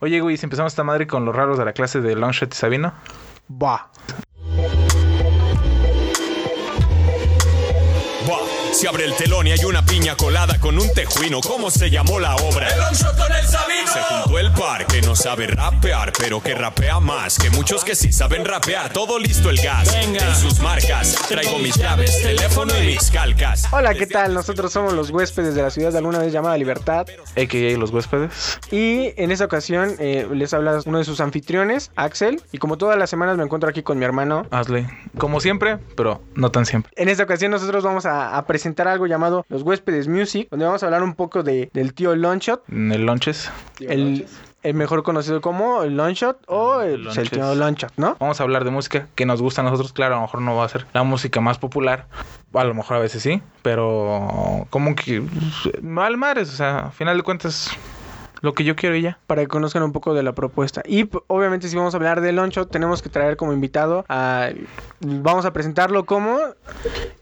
Oye, güey, si empezamos esta madre con los raros de la clase de Longshot y Sabino. Va. Buah, se abre el telón y hay una piña colada con un tejuino. ¿Cómo se llamó la obra? El con el Sabino. Se juntó el par que no sabe rapear, pero que rapea más que muchos que sí saben rapear. Todo listo el gas. Venga. En sus marcas traigo mis llaves, teléfono y mis calcas. Hola, ¿qué tal? Nosotros somos los huéspedes de la ciudad de alguna vez llamada Libertad. AKA Los Huéspedes. Y en esta ocasión eh, les habla uno de sus anfitriones, Axel. Y como todas las semanas me encuentro aquí con mi hermano. Hazle. Como siempre, pero no tan siempre. En esta ocasión nosotros vamos a, a presentar algo llamado Los Huéspedes Music, donde vamos a hablar un poco de, del tío Longshot. En el Lonches. El, el mejor conocido como el Longshot o el, pues, el Longshot. tío Longshot, ¿no? Vamos a hablar de música que nos gusta a nosotros. Claro, a lo mejor no va a ser la música más popular. A lo mejor a veces sí, pero como que mm, mal mares. O sea, a final de cuentas, lo que yo quiero y ya. para que conozcan un poco de la propuesta. Y p- obviamente si vamos a hablar de Longshot, tenemos que traer como invitado a... Vamos a presentarlo como...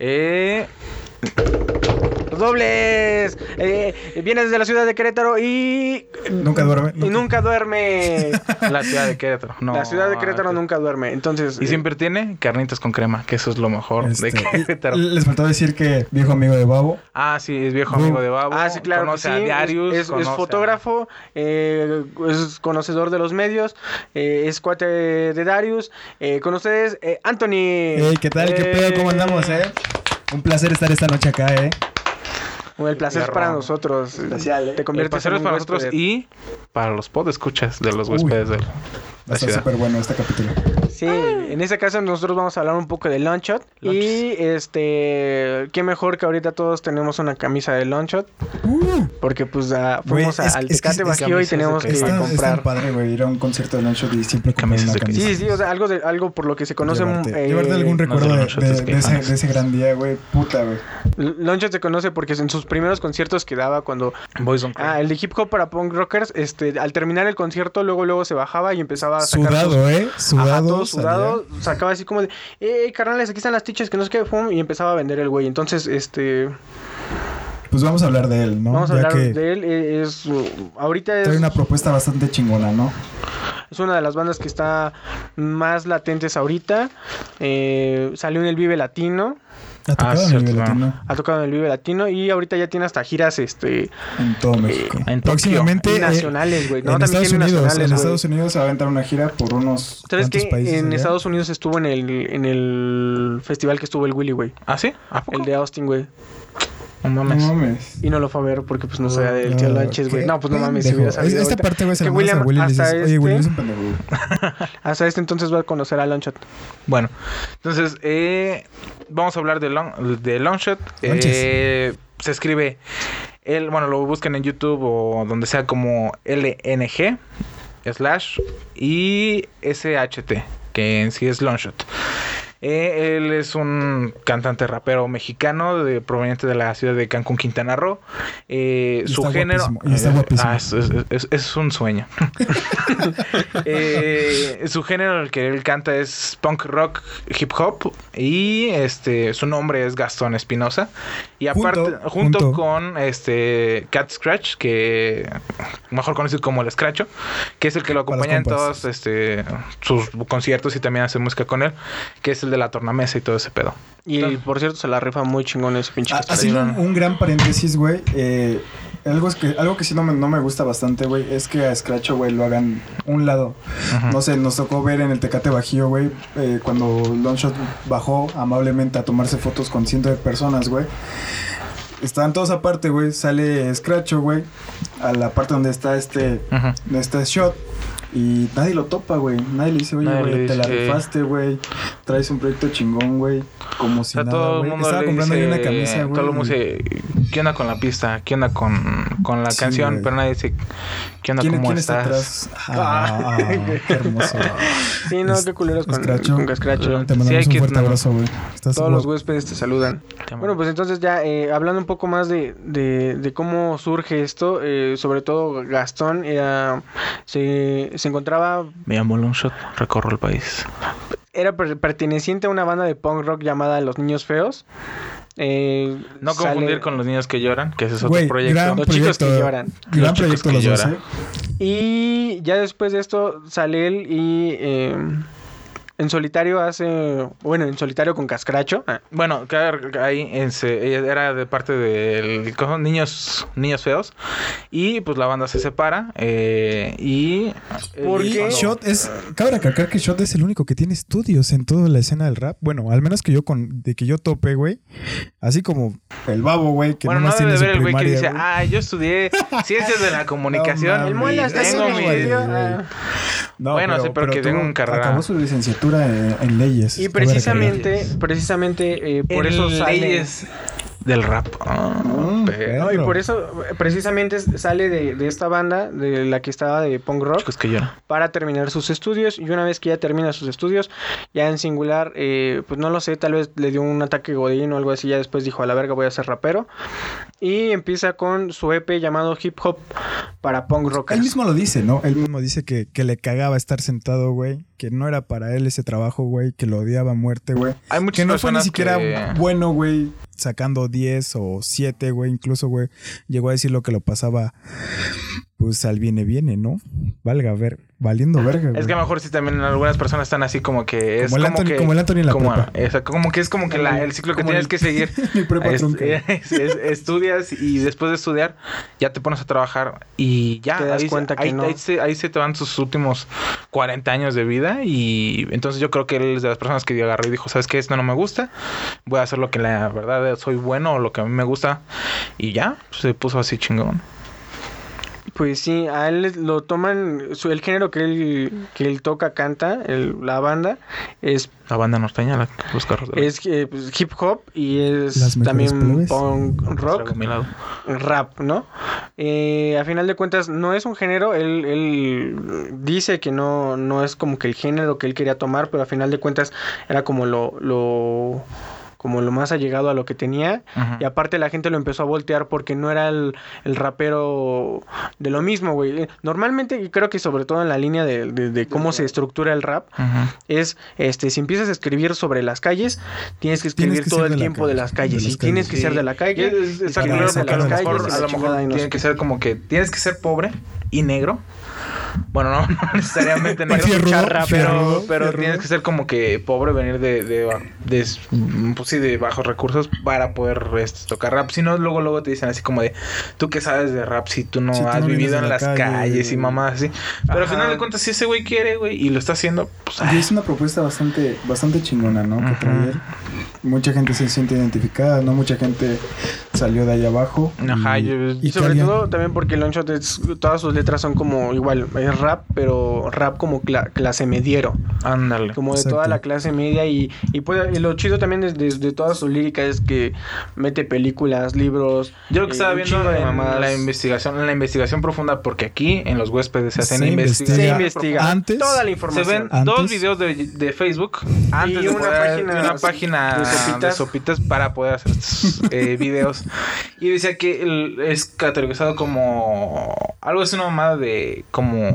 Eh, Los Dobles. Eh, viene desde la ciudad de Querétaro y... Nunca duerme. Y nunca duerme. la ciudad de Querétaro. No, la ciudad de Querétaro antes. nunca duerme. Entonces... Y eh, siempre tiene carnitas con crema, que eso es lo mejor Este, de Querétaro. Les faltó decir que viejo amigo de Babo. Ah, sí, es viejo amigo de Babo. Ah, sí, claro. que Conoce sí. a Es- Diarius. es, es conoce a- fotógrafo, eh, es conocedor de los medios, eh, es cuate de Darius. Eh, con ustedes, eh, Anthony. Ey, ¿qué tal? ¿Qué Eh, pedo? ¿Cómo andamos, eh? Un placer estar esta noche acá, eh. El placer es Garrón. para nosotros. Especial, ¿eh? Te El conviertes paseo en es un para nosotros huésped. y para los podescuchas de los Uy. huéspedes de la Va a estar ciudad. súper bueno este capítulo. Sí, Ah. en ese caso nosotros vamos a hablar un poco de Longshot. Y este, qué mejor que ahorita todos tenemos una camisa de Longshot. Porque pues ah, Güey, fuimos a- es- al es que Tecate es- Bajío y camisas de tenemos que Cristal. Está, está comprar. padre, güey, ir a un concierto de Nacho y siempre comprar Camisas una de camisa. Sí, sí, o sea, algo, de, algo por lo que se conoce... Llevarte, eh, llevarte algún recuerdo de de, los de- shots de que ese, ganas. de ese gran día, güey. Puta, güey. Loncho se conoce porque en sus primeros conciertos que daba cuando... Boys Don't Cry. Ah, el de hip hop para punk rockers, este, al terminar el concierto, luego, luego se bajaba y empezaba a sacar... sus- Sudado, eh. Sudado. Ajá, todo salía. sudado, sacaba así como de, eh, carnales, aquí están las tichas que no sé qué, pum, y empezaba a vender el güey. Entonces, este, Pues vamos a hablar de él, ¿no? vamos a Ya hablar que de él. eh, Es, uh, ahorita es, trae una propuesta bastante chingona, ¿no? es una de las bandas que está más latentes ahorita. Eh, salió en el Vive Latino, Ha tocado en cierto, el Vive claro. Latino, ha tocado en el Vive Latino y ahorita ya tiene hasta giras, este, en todo México. en Tokio, Próximamente. eh, nacionales, güey. No, en también Estados tiene Unidos, en nacionales, güey. Estados Unidos se va a aventar una gira por unos ¿Sabes cuantos qué? países. En allá. Estados Unidos estuvo en el, en el festival que estuvo el Willy, güey. ¿Ah, sí? ¿A poco? El de Austin, güey. No No mames. mames. Y no lo fue a ver porque pues no sabía del No, tío Lanches, güey. Ah, qué No, pues no mames, si pendejo. este hubiera sabido. Esta ahorita. parte, güey, se Que la mandas a William, Willy y le hasta dices, oye, Willy, este- eres un pendejo. güey". Hasta este entonces va a conocer a Lonshot. Bueno, entonces eh, vamos a hablar de, long, de Longshot. Lonches. Eh, se escribe, el, bueno, lo buscan en YouTube o donde sea como LNG, slash, y SHT, que en sí es Longshot. Eh, él es un cantante rapero mexicano de, proveniente de la ciudad de Cancún, Quintana Roo. Eh, Y su está género. guapísimo, y está guapísimo. Ah, es, es- es- es un sueño. Eh, su género el que él canta es punk rock, hip hop. Y este su nombre es Gastón Espinosa. Y aparte, junto, Junto, junto. con este Cat Scratch, que mejor conocido como el Scratcho, que es el que lo Para los acompaña en compas. todos este, sus conciertos y también hace música con él, que es el de la tornamesa y todo ese pedo. Y por cierto, se la rifa muy chingón ese pinche Ah, festival. Haciendo un, un gran paréntesis, güey. eh, algo, es que, algo que sí no me, no me gusta bastante, güey, es que a Scratcho, güey, lo hagan un lado. Mm. No sé, nos tocó ver en el Tecate Bajío, güey, eh, cuando Longshot bajó amablemente a tomarse fotos con cientos de personas, güey. Estaban todos aparte, güey. Sale Scratcho, güey, a la parte donde está este, Ujú. donde está Shot. Y nadie lo topa, güey. Nadie le dice, oye, Nadie le güey, te la dice- rifaste, güey. Traes un proyecto chingón, güey. Como si O sea, nada, todo el güey. mundo Estaba le comprando dice, una camisa, güey. Todo el mundo dice, ¿qué onda con la pista? ¿Qué onda con, con la Sí, canción? güey. Pero nadie dice, ¿qué onda? ¿Quién, ¿Cómo quién está estás? atrás? Ah, qué hermoso. Sí, no, Es- qué culeros con Scratcho. con Scratcho. Sí, Te hay mandamos que- un fuerte abrazo, güey. Estás Todos los guapo. huéspedes te saludan. Te amo. Bueno, pues entonces ya eh, hablando un poco más de, de- de cómo surge esto, eh, sobre todo Gastón era- se, se encontraba, Me llamo Longshot, recorro el país. era per- perteneciente a una banda de punk rock llamada Los Niños Feos. Eh, No sale- confundir con los niños que lloran, que ese es otro Güey, proyecto. gran Los proyecto. chicos que lloran. Gran Los chicos proyecto que los dos, lloran. ¿eh? Y ya después de esto sale él y eh, en solitario hace... Bueno, en solitario con Cascracho. ah, Bueno, claro, ahí en se- ella era de parte del ¿cómo? niños niños feos y pues la banda se separa eh, y eh, ¿Por y- Y qué? Shot es. Cabe recalcar que Shot es el único que tiene estudios en toda la escena del rap. Bueno, al menos que yo con. De que yo tope, güey. Así como. El babo, güey, que bueno, no nomás debe tiene de su ver el güey que primaria, dice, güey. ah, yo estudié ciencias de la comunicación. mames. El Mola está Tengo haciendo mi- güey. ah, No, Bueno, sí, pero que tuvo- tengo un carrera. Acabó su licenciatura en, en leyes. Y cabe recalcar. precisamente, precisamente eh, por En eso sale... leyes del rap. Ah, Mm, pero- No, y Claro. por eso eh, precisamente s- sale de, de esta banda, de la que estaba de punk rock, Chicos que lloran. para terminar sus estudios. Y una vez que ya termina sus estudios, ya en singular, eh, pues no lo sé, tal vez le dio un ataque godín o algo así. Ya después dijo, a la verga voy a ser rapero. Y empieza con su EP llamado Hip Hop para punk rock. Él Pues, mismo lo dice, ¿no? Él mismo dice que, que le cagaba estar sentado, güey. Que no era para él ese trabajo, güey. Que lo odiaba a muerte, güey. Hay muchas Que no fue ni personas siquiera que- bueno, güey. Sacando 10 o 7, güey. Incluso, güey. Llegó a decir lo que lo pasaba. Pues al viene, viene, ¿no? Valga, ver. Valiendo verga, güey. Es que a lo mejor sí también algunas personas están así como que es Como el como, Anthony- que, como el Anthony en la como, prepa. exacto, como que es como que la- el ciclo que Como tienes el- que seguir. Mi prepa Es- trunca. es- es- estudias y después de estudiar ya te pones a trabajar y ya Te das ahí, se- cuenta que ahí- no. ahí se, ahí se te van sus últimos 40 años de vida y entonces yo creo que él es de las personas que agarró y dijo, ¿sabes qué? Esto no me gusta, voy a hacer lo que la verdad soy bueno o lo que a mí me gusta y ya pues, se puso así chingón. Pues sí, a él lo toman, su- el género que él, que él toca, canta, el- la banda, es La banda norteña, la- los carros de la- Es eh, pues, hip hop y es Las mejores también plebes. punk rock, a mi lado. rap, ¿no? Eh, a final de cuentas no es un género, él, él dice que no, no es como que el género que él quería tomar, pero a final de cuentas era como lo, lo, como lo más allegado a lo que tenía. Ajá. Y aparte la gente lo empezó a voltear porque no era el, el rapero de lo mismo, güey. Eh, Normalmente, y creo que sobre todo en la línea de, de- de cómo se estructura el rap, Ajá. es este si empiezas a escribir sobre las calles tienes que escribir Tienes que todo el ser de la tiempo calle, de las calles de las y tienes calles. que ser de la Y calle es- Está y que culero no porque escribir de a sacan lo las los mejor, calles y a la lo chingada y mejor no tiene sé que qué. ser como que tienes que ser pobre y negro. Bueno, no, no necesariamente negro, Fierrudo, charra, pero, fierrudo, pero fierrudo. tienes que ser como que pobre, venir de, de, de- pues sí, de bajos recursos para poder este, tocar rap. Si no, luego, luego te dicen así como de, tú qué sabes de rap si tú no Si tú has no vienes vivido de en la las calle, calles y güey". mamás así. Pero al Ajá. final de cuentas, si ese güey quiere, güey, y lo está haciendo, pues... ah, Y es una propuesta bastante, bastante chingona, ¿no? Que Ajá. trae él. Mucha gente se siente identificada, ¿no? Mucha gente salió de ahí abajo. Ajá, yo- y sobre cargan- todo también porque Longshot es, todas sus letras son como igual es rap pero rap como cla- clase mediero Ándale. como de Exacto. toda la clase media y, y, puede- y lo chido también de, de- de todas sus líricas es que mete películas libros Yo lo que eh, estaba un viendo chingo de en mamadas. la investigación, en la investigación profunda, porque aquí en los huéspedes se hacen Se investigaciones. Ah, se investiga. investiga Antes- toda la Se información ven Antes. dos videos de, de Facebook antes Y de una poder- página y una página de de sopitas, sopitas. para poder hacer estos eh, videos. Y decía que el- es categorizado como algo es una mamada de como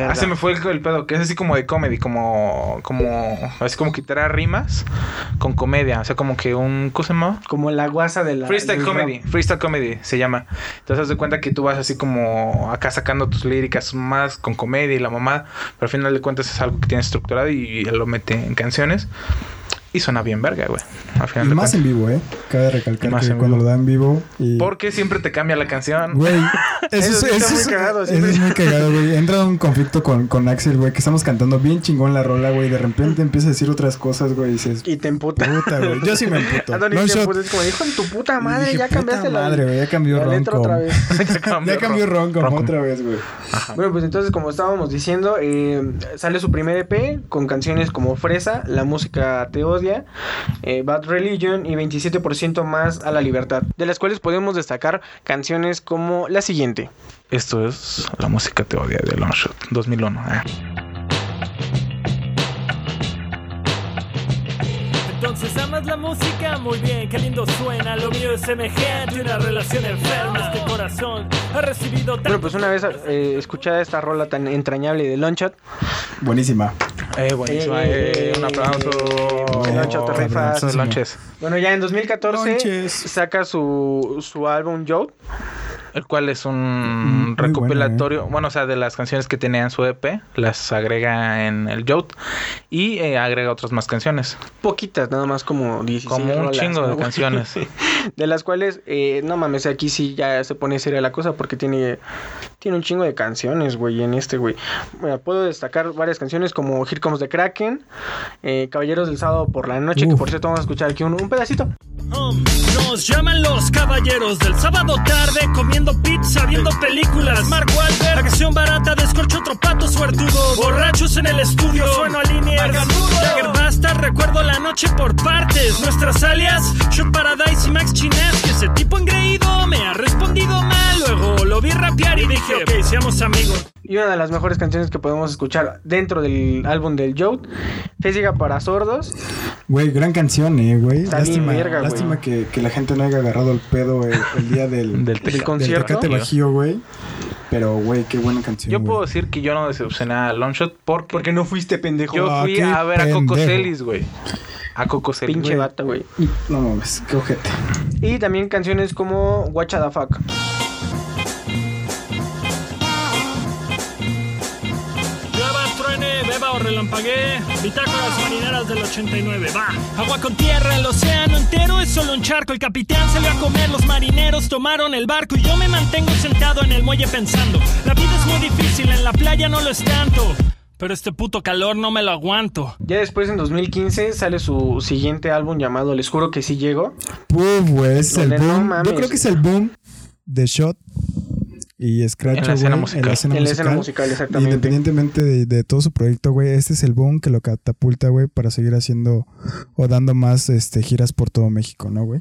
Ah, se me fue el, el pedo, que es así como de comedy, como como así como quitar rimas con comedia, o sea, como que un ¿cómo se llamaba? como la guasa de la Freestyle del rap. comedy, freestyle comedy se llama. Entonces haz de cuenta que tú vas así como acá sacando tus líricas más con comedia y la mamada, pero al final de cuentas es algo que tiene estructurado y él lo mete en canciones y suena bien verga, güey. Al Y final de más en cuentas. vivo, ¿eh? Cabe Y recalcar más que en cuando vivo. lo dan vivo. Y... Porque siempre te cambia la canción. Güey, Eso sí eso, es- está eso muy es- cagado, eso siempre. es muy cagado, güey. Entra en un conflicto con, con Axel, güey, que estamos cantando bien chingón la rola, güey. De repente empieza a decir otras cosas, güey, y dices, y te emputa puta, güey. Yo sí me emputo. Anthony Long te shot. puso, es como dijo en tu puta madre, Y dije, ya cambiaste puta la, madre, güey, ya cambió la letra Roncom. otra vez. Ya cambió Roncom otra vez, güey. bueno, pues entonces como estábamos diciendo, eh, sale su primer EP con canciones como Fresa, La Música Te Odia, eh, Bad Religion y 27% más a la libertad, de las cuales podemos destacar canciones como la siguiente. Esto es La música te odia de Longshot 2001. Ah. Entonces amas la música, muy bien, qué lindo suena. Lo mío es semejante, una relación enferma. Este corazón ha recibido Bueno, pues una vez eh, escuchada esta rola tan entrañable de Longshot, Buenísima. Eh, buenísima. eh, un aplauso. Eh, Loncho, te rifas. Aplausos, Lonches. Bueno, ya en 2014 Lonches. saca su, su álbum Joe. El cual es un Mm, buena, ¿eh? recopilatorio, bueno, o sea, de las canciones que tenía en su EP, las agrega en el Jout y eh, agrega otras más canciones, Poquitas, nada más como 16 como un rolas, chingo ¿no, de güey? canciones. De las cuales, eh, no mames, aquí sí ya se pone seria la cosa porque tiene, tiene un chingo de canciones, güey, en este, güey. Mira, puedo destacar varias canciones como Here Comes the Kraken, eh, Caballeros del Sábado por la Noche, que Uf. por cierto vamos a escuchar aquí un, un pedacito. Um, Nos llaman los caballeros del sábado tarde comiendo pizza, viendo películas. Mark Wahlberg, la canción barata, descorcho otro pato suertudo. Borrachos en el estudio, sueno a líneas. Jagger Basta, recuerdo la noche por partes. Nuestras alias, Shot Paradise y Max Chinas, que ese tipo engreído me ha respondido mal. Luego lo vi rapear y dije, ok, seamos amigos. Y una de las mejores canciones que podemos escuchar dentro del álbum del Joe, Física para Sordos. Güey, gran canción, eh, güey. Está bien Lástima, verga, güey. lástima que, que la gente no haya agarrado el pedo eh, el día del, del Del Teca- concierto. Tecate Bajío, güey. Pero, güey, qué buena canción. Yo güey. puedo decir que yo no decepcioné a Longshot porque, Porque no fuiste pendejo. yo Ah, fui qué a ver a Coco pendejo. Celis, güey. A Coco Celis. Pinche güey. vato, güey. No mames, qué ojete. Y también canciones como Watcha the Fuck. Llueva, truene, beba o relampaguee Bitácoras marineras del 89, va Agua con tierra, el océano entero es solo un charco El capitán salió a comer, los marineros tomaron el barco Y yo me mantengo sentado en el muelle pensando La vida es muy difícil, en la playa no lo es tanto Pero este puto calor no me lo aguanto Ya después, en 2015, sale su siguiente álbum llamado Les Juro que sí llego. Puf, güey, es el Donde no boom. mames. Yo creo que es el boom de Shot y Scratch, En la güey, escena musical. En la escena En la musical. escena musical, exactamente. Independientemente de, de todo su proyecto, güey, este es el boom que lo catapulta, güey, para seguir haciendo o dando más este, giras por todo México, ¿no, güey?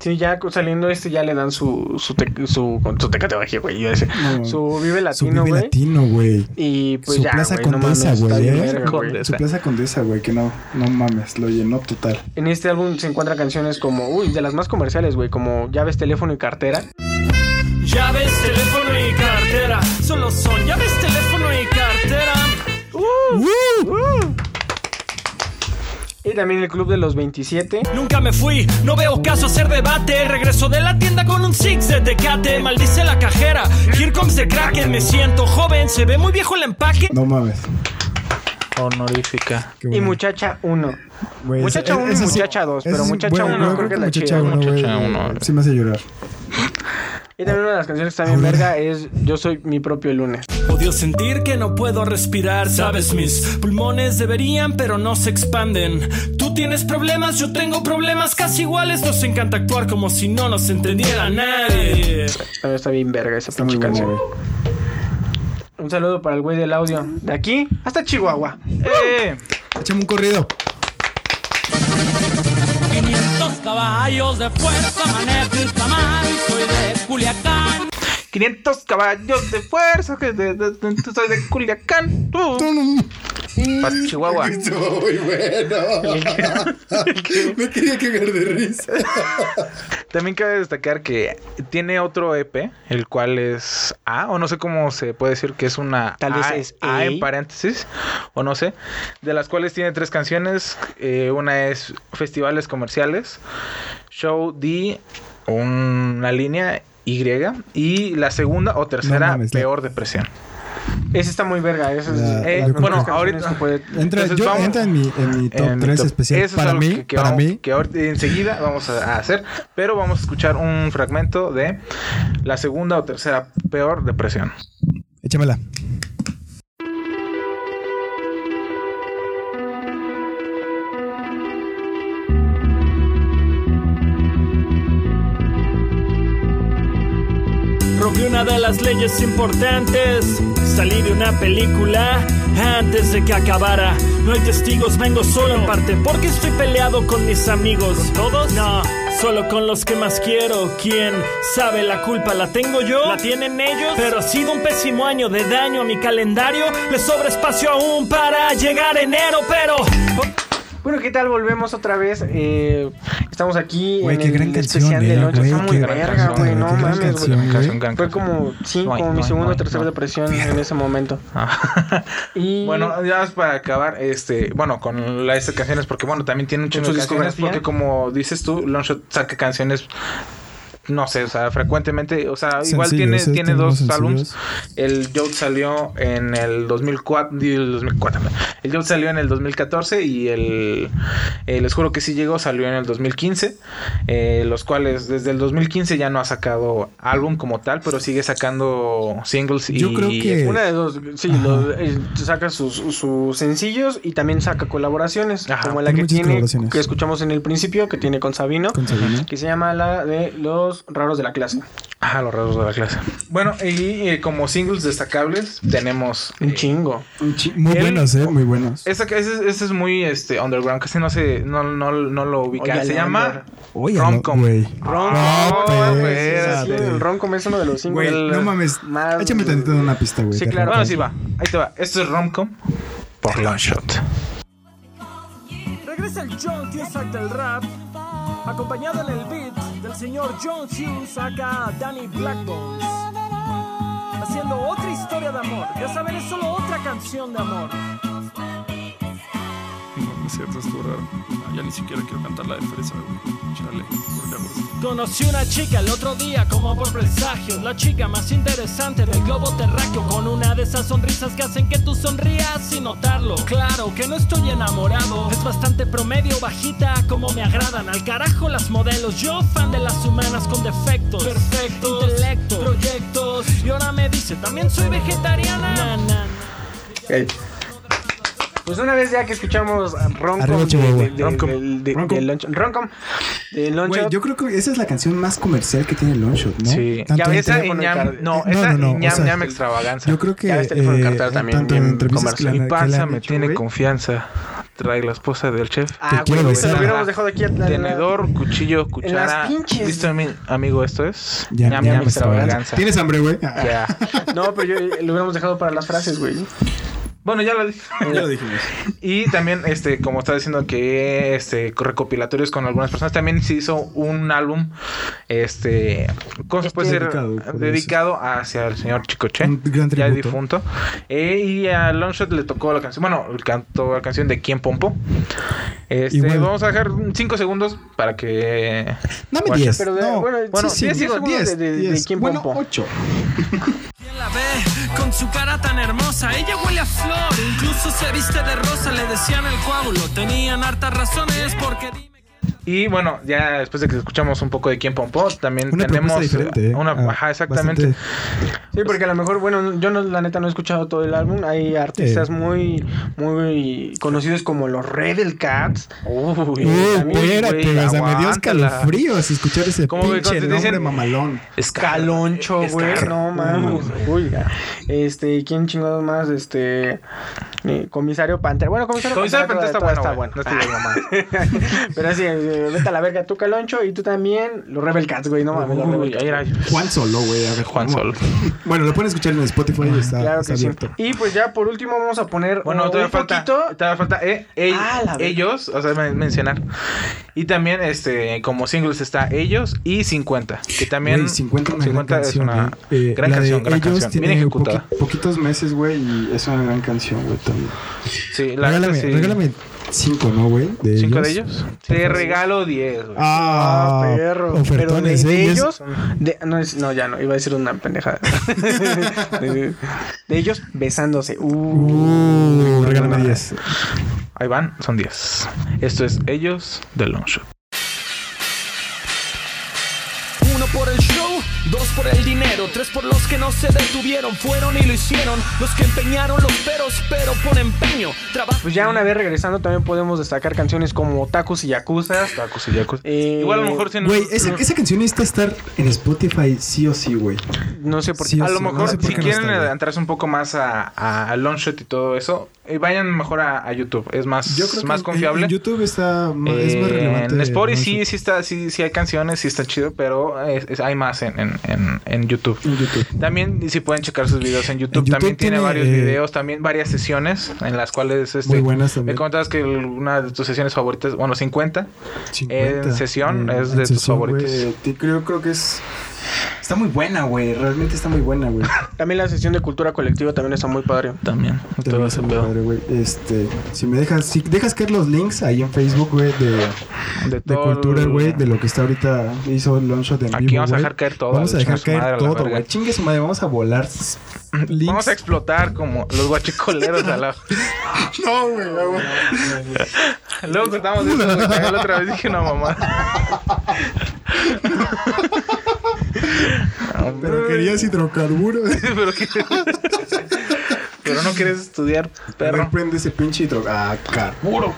Sí, ya cu- saliendo este, ya le dan su, su, te, su, con- su Tecate Bajío, güey. Yo decía, No. su Vive Su Latino, Vive güey. Latino, güey. Y pues Su ya, Plaza güey, no Condesa, mames, está güey, bien ¿eh? verga, güey. Condesa. Su Plaza Condesa, güey, que no, no mames, lo llenó total. En este álbum se encuentran canciones como, uy, de las más comerciales, güey, como Llaves, Teléfono y Cartera. Llaves, teléfono y cartera Solo son llaves, teléfono y cartera Y también el Club de los 27. Nunca me fui, no veo caso hacer debate. Regreso de la tienda con un six de Tecate. Maldice la cajera. Here comes the Kraken, me siento joven. Se ve muy viejo el empaque. No mames. Honorífica. qué Y bueno. Muchacha 1. Güey, Muchacha esa- 1 y esa sí- Muchacha 2. esa Pero sí- Muchacha bueno, 1 yo creo que es la Muchacha chida. uno, güey, Muchacha uno, güey. Sí me hace llorar. Y también una de las canciones que está bien verga es Yo soy mi propio lunes. Odio sentir que no puedo respirar. Sabes, mis pulmones deberían, pero no se expanden. Tú tienes problemas, yo tengo problemas casi iguales. Nos encanta actuar como si no nos entendiera nadie. También está bien verga esa Está muy pinche buena, canción. güey. Un saludo para el güey del audio. De aquí hasta Chihuahua. ¡Eh! Échame un corrido. 500 caballos de fuerza, manejo soy de Culiacán. 500 caballos de fuerza. Que de- de- de- soy de Culiacán. Tú. Pa' Chihuahua. Mm. Muy bueno. Me tenía que ver de risa. También cabe destacar que tiene otro EP, el cual es A, o no sé cómo se puede decir que es una Tal vez A, es A A. en paréntesis, o no sé, de las cuales tiene tres canciones. Eh, una es Festivales Comerciales, Show D, una línea Y, y la segunda o tercera, mames, la- Peor Depresión. Ese está muy verga. Ese es, La- Eh, la- bueno, las canciones ahorita... que puede- Entra, Entonces, yo- vamos- entra en mi, en mi top en mi 3 top. especial. Eso es para algo mí, que- que para vamos- mí. que ahorita- enseguida vamos a, a hacer, pero vamos a escuchar un fragmento de la segunda o tercera peor depresión. Échamela. Rompí una de las leyes importantes. Salí de una película antes de que acabara. No hay testigos, vengo solo en parte. Porque estoy peleado con mis amigos. ¿Todos? No, solo con los que más quiero. ¿Quién sabe la culpa? ¿La tengo yo? ¿La tienen ellos? Pero ha sido un pésimo año de daño a mi calendario. Le sobra espacio aún para llegar enero, pero. Bueno, ¿qué tal? Volvemos otra vez. Eh, estamos aquí Güey, en qué el gran canción, especial de eh, Loncho. güey, Está muy qué gran verga, canción, güey. güey, No qué gran mames, canción, güey. güey. Canción, gran Fue canción. como, sí, No hay, como no mi hay, segunda no o hay, tercera no. depresión en ese momento. Ah. Y Bueno, ya más para acabar, este, bueno, con la- estas canciones, porque bueno, también tiene un chingo su de canciones, discografía. porque como dices tú, Longshot saca canciones, no sé, o sea, frecuentemente, o sea, igual Sencillos, tiene, eh, tiene tiene unos dos sencillos. álbums. El Joke salió en el 2004, digo, el 2004, el Joke salió en el 2014 y el, eh, les juro que sí llegó, salió en el 2015, eh, los cuales desde el 2015 ya no ha sacado álbum como tal, pero sigue sacando singles y... Yo creo que- Una de dos, sí, Ajá. los- eh, saca sus, sus sencillos y también saca colaboraciones, Ajá, como la tiene que muchas tiene, colaboraciones. que escuchamos en el principio, que tiene con Sabino, Con Sabino. que se llama la de los raros de la clase. Ajá, los rasgos de la clase. Bueno, y eh, como singles destacables tenemos... Un eh, chingo. Muy Él- buenos, eh, muy buenos. esa que- ese, ese es muy este, underground, casi no, se, no, no, no lo ubican. Oye, se llama... Oye, Romcom. güey. Ron, No, no, pues, güey, sí, sí, espérate. el Roncom es uno de los singles. Güey, no mames. más- Échame tantito de una pista, güey. Sí, de claro. Romcom. Bueno, sí va. Ahí te va. Esto es Romcom por Longshot. Regresa el John Cusack del rap, acompañado en el beat del señor John Hughes acá Danny Blackbones, haciendo otra historia de amor. Ya saben, es solo otra canción de amor. No, no es cierto, estuvo raro. No, ya ni siquiera quiero cantar la de fresa, güey. Chale, ¿por qué hago esto? Conocí una chica el otro día como por presagio La chica más interesante del globo terráqueo Con una de esas sonrisas que hacen que tú sonrías sin notarlo Claro que no estoy enamorado Es bastante promedio, bajita, como me agradan Al carajo las modelos Yo fan de las humanas con defectos Perfectos, intelectos, proyectos Y ahora me dice, también soy vegetariana Pues una vez ya que escuchamos a Roncom Arriba, de, Chihuahua. de- de- Roncom. del- de- Roncom. del Loncho- Roncom, de Güey, Loncho, yo creo que esa es la canción más comercial que tiene Longshot, ¿no? Sí. Tanto Ya, en esa tele- y ñam, no, No, esa no, no, y o ñam, sea, ñam extravaganza. Yo creo que. Ya ves, teléfono de eh, cartera también, Tanto bien en entrevistas que comercial. la- Mi que le panza han me hecho, tiene güey. confianza. Trae la esposa del chef. Ah, quiero güey, besar. se lo hubiéramos dejado aquí a la- Tenedor, cuchillo, cuchara. las pinches- ¿Viste, mi amigo? Esto es Ya, ñam, ya ñam me extravaganza. ¿Tienes hambre, güey? Ah, Ya. No, pero yo, eh, lo hubiéramos dejado para las frases, güey. Bueno, ya lo dije. Ya lo dijimos. Y también, este, como está diciendo que este recopilatorios con algunas personas, también se hizo un álbum, este, ¿cómo se puede ser Dedicado, por dedicado hacia el señor Chicoche, Un gran ya tributo. difunto. Eh, y a Longshot le tocó la canción, bueno, cantó la canción de Quién Pompo. Este, Igual. vamos a dejar 5 segundos para que Dame Guacha, 10. pero de- no. bueno, sí, sí, 10 diez segundos de- de- de quién bueno, pompo. 8. ¿Quién la ve con su cara tan hermosa? Ella huele a flor, incluso se viste de rosa, le decían el coágulo. Tenían hartas razones porque dime Y bueno, ya después de que escuchamos un poco de Quién Pompo, también Una tenemos propuesta diferente. eh. una Ah, ajá, exactamente. bastante. Sí, porque a lo mejor, bueno, yo no, la neta no he escuchado todo el álbum. Hay artistas Sí. muy, muy conocidos como los Rebel Cats. Uy, Uh, también, espérate, güey, güey, o sea, me dio aguántala. escalofríos escuchar ese ¿Cómo, güey? pinche ¿Cómo te nombre dicen? mamalón. Caloncho, güey. Escar- No mames. Uy, ya. Este, ¿quién chingados más? Este. eh, comisario Pantera. Bueno, comisario, Comisario Pantera toda- está toda bueno, Ah. está bueno. Pero sí, eh, vete a la verga tú, Caloncho, y tú también, los Rebel Cats, güey. No mames, los Rebel Uy, Cats. ahí era yo. Juan Solo, güey. A ver, Juan ¿cómo? Solo. Bueno, lo pueden escuchar en Spotify. Está, Claro está que sí. abierto. Y pues ya por último vamos a poner Bueno, un, todavía un falta, poquito todavía falta eh, ell- Ah, la verga. ellos, o sea, men- mencionar. Y también, este, como singles está ellos y 50, que también Güey, 50, una 50 gran es canción, una eh. Eh, gran la de canción, gran ellos canción, bien tiene ejecutada. poqui- poquitos meses, güey, y es una gran canción, güey, también. Sí, la Regálame, sí. regálame cinco, ¿no, güey? De ¿Cinco de ellos? Te regalo 10, güey. Ah, Ah, perro. Pero de, Ofertones, de eh, y es- ellos. de- no, es- no, ya no, iba a decir una pendejada. de, de ellos besándose. Uh, Uh, regálame 10. Ahí van, son 10. Esto es ellos de Longshot. Uno por el show, dos por el dinero, tres por los que no se detuvieron, fueron y lo hicieron, los que empeñaron los peros, pero por empeño, trabajo. Pues ya una vez regresando también podemos destacar canciones como Tacos y Yakuzas. Tacos y yacos. Eh, Igual a lo mejor si no- Güey, esa, esa canción necesita estar en Spotify sí o sí, güey. No sé por qué. Sí, A o lo sí, mejor, no sé por si qué no quieren está, güey. adentrarse un poco más a, a, a Longshot y todo eso, eh, vayan mejor a, a YouTube. Es más, Yo creo que más en- confiable. En YouTube está ma- es más Eh, relevante. En Spotify sí, ¿no? sí, está, sí, sí hay canciones, sí está chido, pero es- es- hay más en, en- en- en YouTube. En YouTube. También, y si pueden checar sus videos en YouTube, YouTube también tiene, tiene, varios eh, videos, también varias sesiones en las cuales... Este, Muy buenas también. Me contabas que el- una de tus sesiones favoritas, bueno, 50, 50. en sesión Eh, es en de tus sesión, favoritas. güey. Eh, te- creo, creo que es. Está muy buena, güey. Realmente está muy buena, güey. También la sesión de cultura colectiva también está muy padre. También. Te vas a madre, güey. Este, si me dejas, si dejas caer los links ahí en Facebook, güey, de, De, de todo cultura, el- güey, de lo que está ahorita hizo Longshot en Aquí vivo, vamos a güey. dejar caer todo, Vamos a al chingar dejar su caer madre a la todo, verga. güey. Chingue su madre, vamos a volar s- links. Vamos a explotar como los guachicoleros a la... No, güey, ah, güey. Luego cortamos eso, güey. También La otra vez dije una mamá. Pero querías hidrocarburos. Pero, que- Pero no quieres estudiar, perro. Reprende ese pinche hidro... Ah, carburo.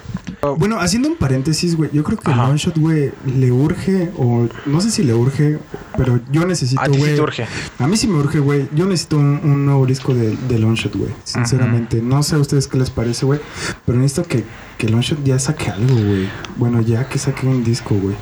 Bueno, haciendo un paréntesis, güey, yo creo que el Ajá. Longshot, güey, le urge, o no sé si le urge, pero yo necesito, A ti sí güey. te urge. A mí sí me urge, güey. Yo necesito un, un nuevo disco de, de Longshot, güey. Sinceramente. No sé a ustedes qué les parece, güey. Pero necesito que, que Longshot ya saque algo, güey. Bueno, ya que saque un disco, güey.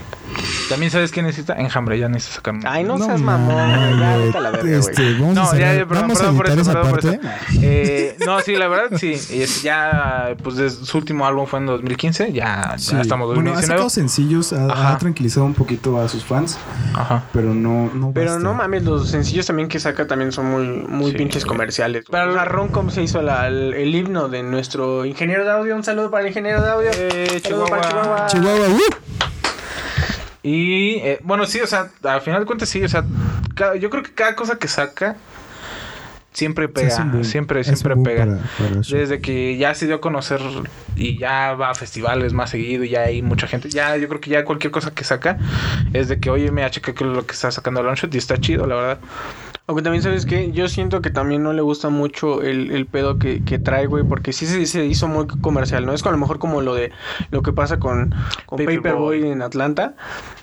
También sabes que necesita enjambre, ya necesita sacar. Ay, no, seas mames, mamón, güey. Ya, vete a la verga, güey. Este, vamos a No, ya, cerrar- ya, perdón, vamos a perdón por editar eso, esa perdón por parte. eso. Eh, no, sí, la verdad, sí. Y es- Ya, pues desde su último álbum fue en 2015, ya, Sí. ya estamos en Bueno, ha 2019. sacado sencillos, ha, Ajá. ha tranquilizado un poquito a sus fans, Ajá. pero no, no Pero basta. no mames, los sencillos también que saca también son muy, muy Sí, pinches güey. comerciales. Para la Roncom se hizo la- el, el himno de nuestro ingeniero de audio. Un saludo para el ingeniero de audio. Eh, Saludo para Chihuahua. Chihuahua, uh. Y eh, bueno, sí, o sea, al final de cuentas sí, o sea, ca- yo creo que cada cosa que saca siempre Es pega, un boom. siempre, Es un siempre boom pega. para- para eso. Desde que ya se dio a conocer y ya va a festivales más seguido y ya hay mucha gente, ya yo creo que ya cualquier cosa que saca es de que, oye, mira, checa que lo que está sacando Longshot y está chido, la verdad. Aunque también sabes que yo siento que también no le gusta mucho el, el pedo que, que trae, güey, porque sí se, se hizo muy comercial, ¿no? Es con a lo mejor como lo de lo que pasa con, con Paperboy. Paperboy en Atlanta,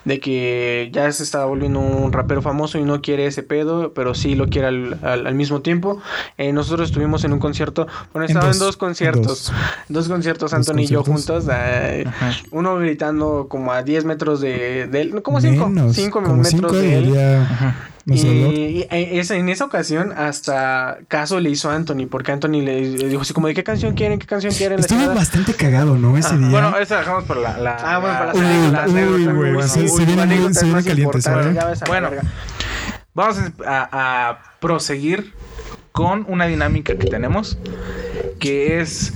de que ya se está volviendo un rapero famoso y no quiere ese pedo, pero sí lo quiere al, al- al mismo tiempo. Eh, nosotros estuvimos en un concierto, bueno, En estaban dos, dos en conciertos, dos. dos conciertos, Dos Anthony y yo conciertos. Ah. juntos, eh, uno gritando como a 10 metros de, de él, no, como 5 Menos, como metros cinco de él. diría nuestro Lord. Y, y es- en esa ocasión hasta caso le hizo a Anthony, porque Anthony le, le dijo así como de qué canción quieren, qué canción quieren. La Estuvo chingada. bastante cagado, ¿no? Ese Ajá. día. Bueno, esa dejamos para la... la- Ah, bueno, para Uy, las anécdotas, uy, anécdotas, güey, bueno, se- uy, se vienen anécdotas muy- se vienen más calientes, importantes, ¿eh? ya ves a la Bueno, verga. Vamos a, a proseguir con una dinámica que tenemos, que es...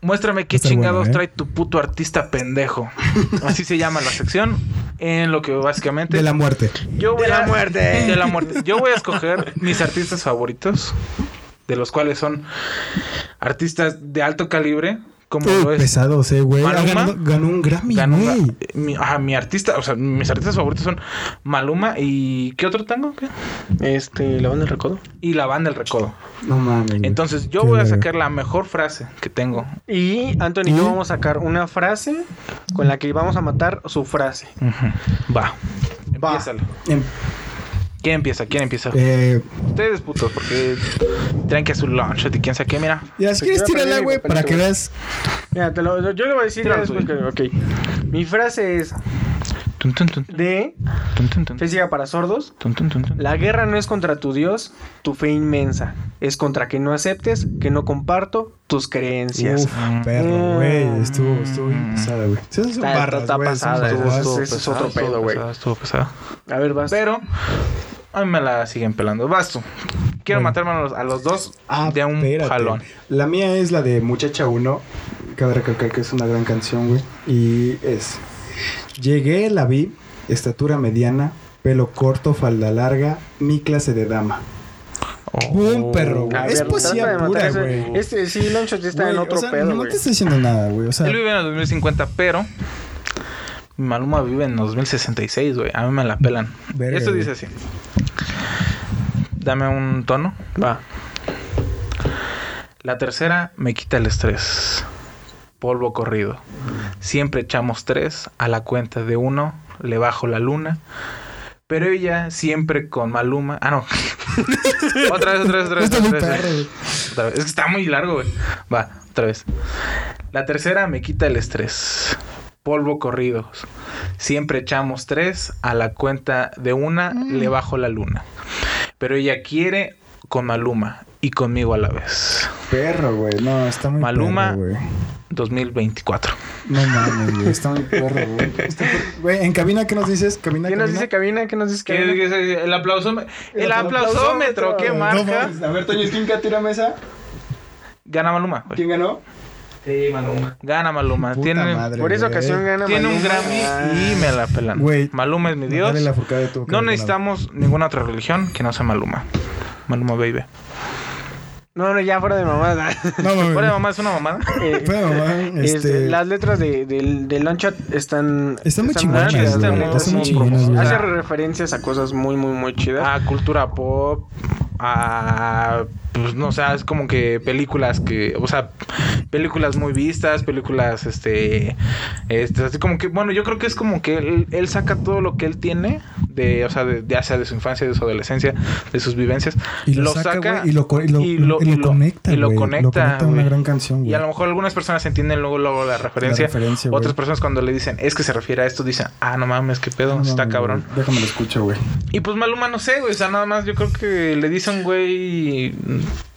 Muéstrame qué Está chingados buena, ¿eh? trae tu puto artista pendejo. Así se llama la sección, en lo que básicamente... de este- la muerte. yo voy de la a- muerte. De la muerte. Yo voy a escoger mis artistas favoritos, de los cuales son artistas de alto calibre, como Uy, lo este- es pesado, eh, güey. Ha Maluma ganado- Ganó un Grammy, Ganó un güey. Ga- mi, ajá, mi artista, o sea, mis artistas favoritos son Maluma y ¿qué otro tango? ¿Qué? Este, la banda del recodo. Y la banda El Recodo. No mames. güey. Entonces, yo Qué voy a verga. sacar la mejor frase que tengo. Y Anthony y yo vamos a sacar una frase con la que vamos a matar su frase. Va. Va. Empiézalo. Em, ¿Quién empieza? ¿Quién empieza? eh, Ustedes putos, porque traen que a su lunch y quién sabe qué, mira. y así quieres Yo aprendí tirarla, mi güey, para papelito, que güey. veas. Mira, te lo- yo le voy a decir Tira ya la después que, ok. Mi frase es Tun, tun, tun, de tun, tun, tun, Física para sordos. tun, tun, tun, tun. La guerra no es contra tu Dios, tu fe inmensa. Es contra que no aceptes, que no comparto tus creencias. Uf, perro, Mm. güey. Estuvo, estuvo bien pesada, güey. Esas son Está- barras, está güey, esas pasada, son estuvo- barras. Estuvo estuvo- ese es otro pesado, pedo, güey. Estuvo pesado. estuvo A ver, vas. pesado. Pero a mí me la siguen pelando. Basto. Quiero Bueno. matarme a los, a los dos Ah, de un espérate. jalón. La mía es la de Muchacha 1. Cabe recalcar que es una gran canción, güey. Y es. Llegué, la vi, estatura mediana, pelo corto, falda larga, mi clase de dama. Boom, perro, güey. Oh, A Es ver, poesía trata de matar pura, ese- güey. Este sí, Loncho sí está Güey, en otro o sea, pedo, No güey. te está diciendo nada, güey. O sea, Él vive en el 2050, pero Maluma vive en 2066, güey. A mí me la pelan. Verga, Esto dice así. güey. Dame un tono. Va. La tercera me quita el estrés. Polvo corrido. Siempre echamos tres. A la cuenta de uno le bajo la luna. Pero ella siempre con Maluma. Ah, no. otra vez, otra vez, otra vez. está otra muy vez, perro, güey. güey. Otra vez. Es que está muy largo, güey. Va, otra vez. La tercera me quita el estrés. Polvo corridos. Siempre echamos tres. A la cuenta de una le bajo la luna. Pero ella quiere con Maluma y conmigo a la vez. Perro, güey. No, está muy Maluma. perro, güey. 2024. No mames, güey. Está muy perro, güey. Está per- Güey, en cabina, ¿qué nos dices? Cabina, ¿Qué nos cabina. dice cabina? ¿Qué nos dice ¿Qué- cabina? qué es el aplausómetro? El aplausómetro, ¿qué No marca? mames. A ver, Toño, ¿quién tira mesa? Gana Maluma. güey. ¿Quién ganó? Gana Maluma. Puta Tiene, madre, Por esa güey. ocasión gana tiene un Maluma. Ah. Grammy y me la pelan. Güey. Maluma es mi Dios. Dale la furcada de tu boca, No de necesitamos ninguna otra religión que no sea Maluma. Maluma Baby. No, no, ya fuera de mamada. No mames. Fuera de mamá es una mamada. Eh, Fuera de mamá, es- este- las letras de, del del Longshot están... Están muy Ah, chingonas, sí, güey. está Están muy- muy muy chingonas, güey. Ah. profundo. Hace referencias a cosas muy, muy, muy chidas. A Ah, cultura pop, a pues no, o sea, es como que películas que, o sea, películas muy vistas, películas este este así como que, bueno, yo creo que es como que él, él saca todo lo que él tiene de, o sea, de, ya sea de su infancia, de su adolescencia, de sus vivencias, Y lo saca, güey, y lo co- y lo- y lo conecta, y lo güey. Lo conecta, conecta a una güey. gran canción, güey. Y a lo mejor algunas personas entienden luego luego la referencia, referencia, güey. otras personas cuando le dicen, "Es que se refiere a esto", dicen, "Ah, no mames, qué pedo, No está mames, cabrón." güey. Déjame lo escucho, güey. Y pues Maluma no sé, güey. O sea, nada más yo creo que le dice a un güey.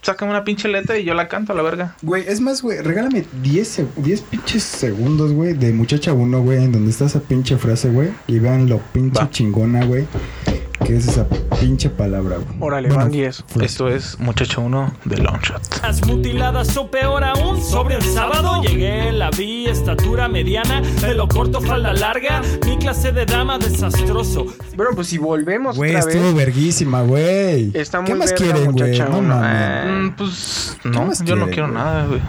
Sácame una pinche letra y yo la canto a la verga. Güey, es más, güey, regálame 10, seg- 10 pinches segundos, güey, de muchacha 1, güey, en donde está esa pinche frase, güey. Y vean lo pinche Va. chingona, güey, que es esa pinche palabra, güey. Órale, Bueno, van 10. frase. Esto es Muchacho 1 de Longshot. Las mutiladas o peor aún, sobre el sábado llegué, la vi, estatura mediana, pelo corto, falda larga, mi clase de dama desastroso. Bueno, pues si volvemos Güey, otra vez... estuvo verguísima, güey. Está ¿Qué muy más verga, quieren, güey? muchacha No uno. mames. Eh, Mm, pues ¿Qué no, más yo no quiere, quiero güey? nada, güey.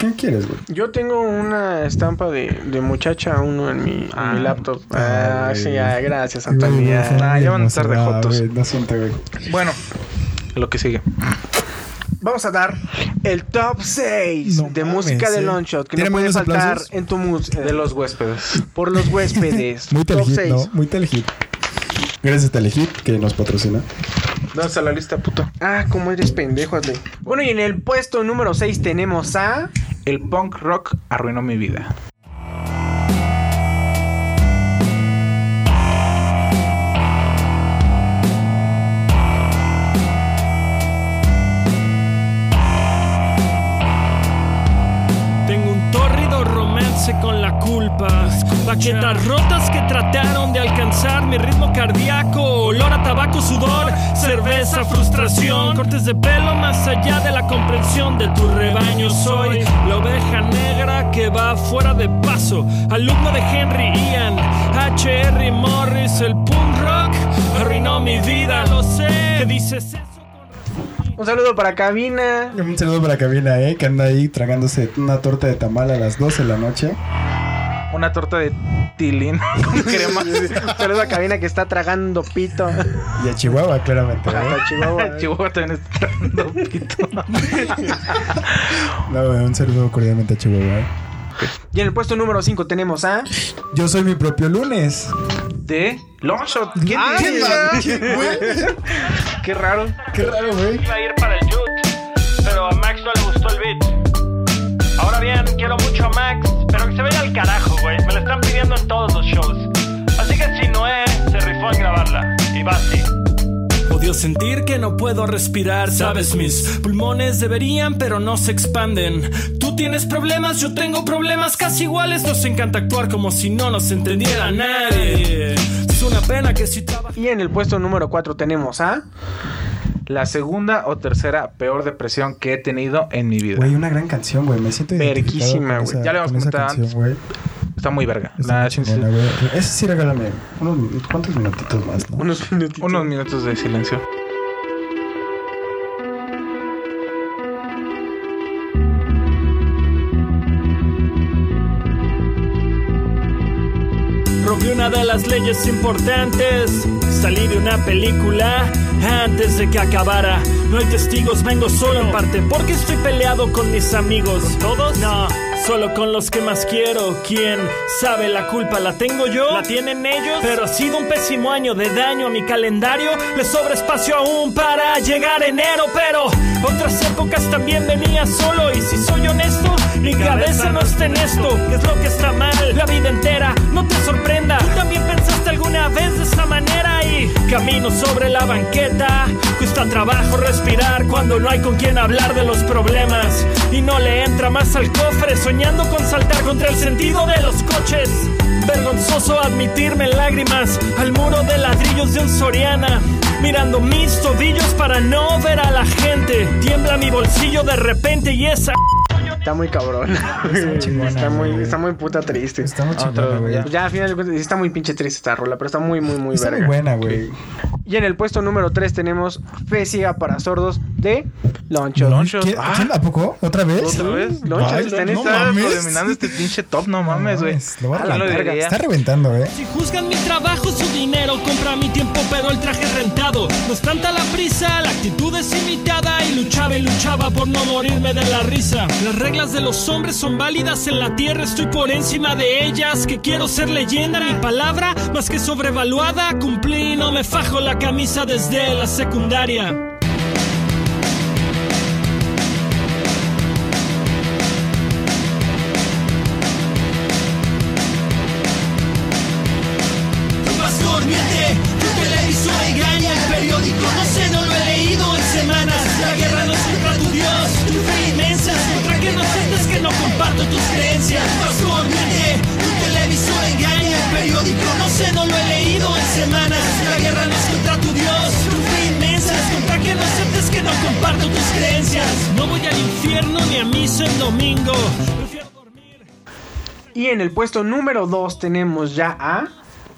¿Qué quieres, güey? Yo tengo una estampa de, de muchacha uno en mi, en mi laptop. Ah, Ay. sí, ah, gracias, Güey, Antonio. Ah, no, nah, ya van a estar de no, jotos. güey, No siento, güey. Bueno, lo que sigue. Vamos a dar el top 6 No de mames, música de eh. Longshot que no Tírame puede unos faltar aplausos. en tu mus eh, De los huéspedes. por los huéspedes. Muy top telehit, 6. ¿no? Muy telehit. Gracias a Telehit que nos patrocina. ¿Dónde está la lista, puto? Ah, cómo eres pendejo, hazle. Bueno, y en el puesto número 6 tenemos a El punk rock arruinó mi vida. Tengo un tórrido romance con la culpa. Baquetas rotas que trataron de alcanzar mi ritmo cardíaco. Olor a tabaco, sudor, cerveza, frustración. Cortes de pelo más allá de la comprensión de tu rebaño. Soy la oveja negra que va fuera de paso. Alumno de Henry Ian, H.R. Morris, el punk rock. Arruinó mi vida, lo sé. ¿Qué dices eso? un saludo para cabina. Un saludo para Camila, eh, que anda ahí tragándose una torta de tamal a las 12 de la noche. Una torta de tilín con crema. Un saludo a cabina que está tragando pito. Y a Chihuahua, claramente, ¿eh? Hasta Chihuahua. Chihuahua también está dando pito. No, güey, un saludo cordialmente a Chihuahua. ¿eh? Y en el puesto número 5 tenemos a Yo soy mi propio lunes. De Longshot. ¿Quién Ah. Ay, dice? Güey, Qué raro. Qué raro, güey. iba a ir para el Jut, pero a Max no le gustó el beat. Ahora bien, quiero mucho a Max, pero que se vaya al carajo, güey. Me lo están pidiendo en todos los shows. Así que si no es, se rifó en grabarla. Y va así. Odio sentir que no puedo respirar, sabes, mis pulmones deberían, pero no se expanden. Tú tienes problemas, yo tengo problemas casi iguales. Nos encanta actuar como si no nos entendiera nadie. Es una pena que si trabajas. y en el puesto número 4 tenemos a La segunda o tercera peor depresión que he tenido en mi vida. Güey, una gran canción, güey. Me siento identificado Verguísima, con güey. esa- Ya le habíamos con esa comentado canción, güey. Está muy verga. Está La- muy chingona, güey. Ese sí, regálame unos min- cuantos minutitos más, ¿no? unos minutitos. unos minutos de silencio. Rompí una de las leyes importantes. Salí de una película antes de que acabara. No hay testigos, vengo solo en parte. Porque estoy peleado con mis amigos. ¿Todos? No, Solo con los que más quiero. ¿Quién sabe la culpa la tengo yo? ¿La tienen ellos? Pero ha sido un pésimo año de daño a mi calendario. Le sobra espacio aún para llegar enero, pero otras épocas también venía solo. Y si soy honesto, mi cabeza no está en esto. ¿Qué es lo que está mal? La vida entera, no te sorprenda. Tú también pensaste alguna vez de esta manera y camino sobre la banqueta. Cuesta trabajo respirar cuando no hay con quien hablar de los problemas. Y no le entra más al cofre, soñando con saltar contra el sentido de los coches. Vergonzoso admitirme en lágrimas al muro de ladrillos de un Soriana. Mirando mis tobillos para no ver a la gente. Tiembla mi bolsillo de repente y esa. Está muy cabrón. muy chingona, está, muy, güey. está muy puta triste. Está muy chingona, güey. Pues ya al final de cuentas, sí está muy pinche triste esta rola, pero está muy, muy, muy Está muy verga. buena, güey. Y en el puesto número 3 tenemos Fe ciega para sordos de Loncho. Loncho. ¿Quién- Ah. quién? ¿A poco? ¿Otra vez? ¿Otra vez? Lonchas, Ay, está en no esta mames. Dominando este pinche top, no mames, güey. mames, lo voy a Ah, lo reventar. diría. Está reventando, eh. Si juzgan mi trabajo, su dinero, compra mi tiempo, pero el traje es rentado. No es tanta la prisa, la actitud es imitada y luchaba y luchaba por no morirme de la risa. Las reglas de los hombres son válidas en la tierra, estoy por encima de ellas, que quiero ser leyenda, mi palabra más que sobrevaluada, cumplí, no me fajo la camisa desde la secundaria. más horneate. Tu televisor engaña, el periódico no sé, no lo he leído en semanas. La guerra no es contra tu Dios, tu fe inmensa es contra que no sientes que no comparto tus creencias. Más horneate. Tu televisor engaña, el periódico no sé, no lo he leído en semanas. La guerra no es contra tu Dios, tu fe inmensa es contra que no sientes que no comparto tus creencias. No voy al infierno ni a misa en domingo. Prefiero dormir. Y en el puesto número 2 tenemos ya a.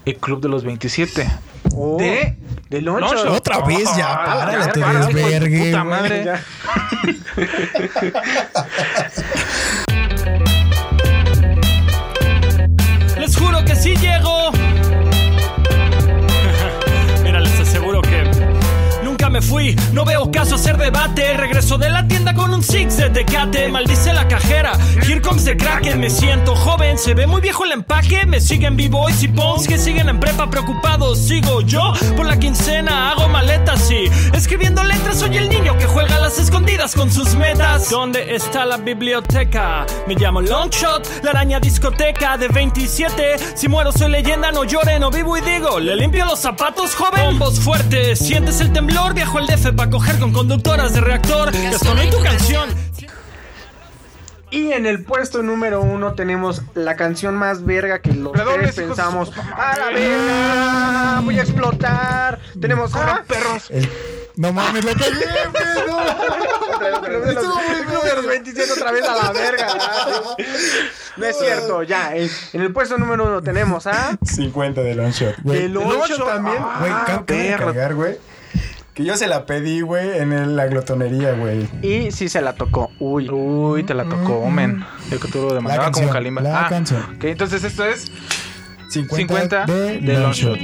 El Club de los 27. Oh, ¿De? De Loncho. Loncho. Otra vez ya, Ah, párale, ya, te párale, hijo de tu desvergue, Puta güey. madre. Ya. Les juro que sí llego. Mira, les aseguro que nunca me fui. No veo caso hacer debate. Regreso de la tienda con un six de Tecate. Maldice la cajera. Here comes the Kraken. Me siento joven. Se ve muy viejo el empaque. Me siguen vivo y si pons que siguen en prepa preocupados. Sigo yo por la quincena. Hago maletas y escribiendo letras. Soy el niño que juega a las escondidas con sus metas. ¿Dónde está la biblioteca? Me llamo Longshot, la araña discoteca de 27. Si muero soy leyenda, no llore, no vivo y digo, le limpio los zapatos, joven. Voz fuerte, sientes el temblor, viajo al DF para coger con conductoras de reactor. Ya sonó tu canción. Y en el puesto número 1 tenemos la canción más verga que los Redobles, tres hijos de pensamos. su puta ¡A la verga! ¡Voy a explotar! Tenemos a. perros. El- No mames, lo cagué, güey, no. Club de los- el Club de los 27 otra vez a la verga. No es cierto, ya. En en el puesto número 1 tenemos a. 50 de long shot, güey. El 8 también. Güey, Ah, ca- cabe perro. recalcar, güey. Que yo se la pedí, güey, en el- la glotonería, güey. Y sí se la tocó. Uy. Uy, te la tocó, men. Yo que tú lo demandaba canción, como Kalimba. Mm. la ah, canción. ok, entonces esto es 50, 50 de, long shot.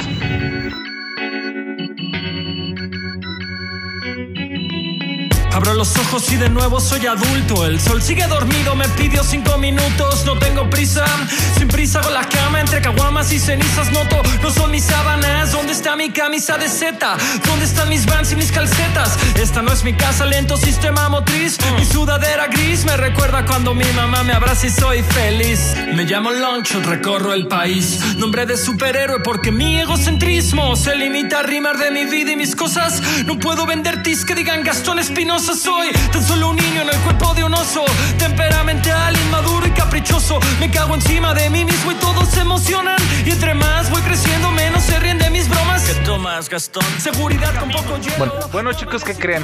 Abro los ojos y de nuevo soy adulto. El sol sigue dormido, me pidió cinco minutos. No tengo prisa, sin prisa hago la cama. Entre caguamas y cenizas noto, no son mis sábanas. ¿Dónde está mi camisa de seta? ¿Dónde están mis vans y mis calcetas? Esta no es mi casa, lento sistema motriz. Mi sudadera gris me recuerda cuando mi mamá me abraza y soy feliz. Me llamo Longshot, recorro el país. Nombre de superhéroe porque mi egocentrismo se limita a rimar de mi vida y mis cosas. No puedo vender tis que digan Gastón Espinosa soy. Tan solo un niño en el cuerpo de un oso. Temperamental, inmaduro y caprichoso. Me cago encima de mí mismo y todos se emocionan. Y entre más voy creciendo, menos se ríen de mis bromas. ¿Qué tomas, Gastón? Seguridad con poco hielo. Bueno, bueno, chicos, ¿qué creen?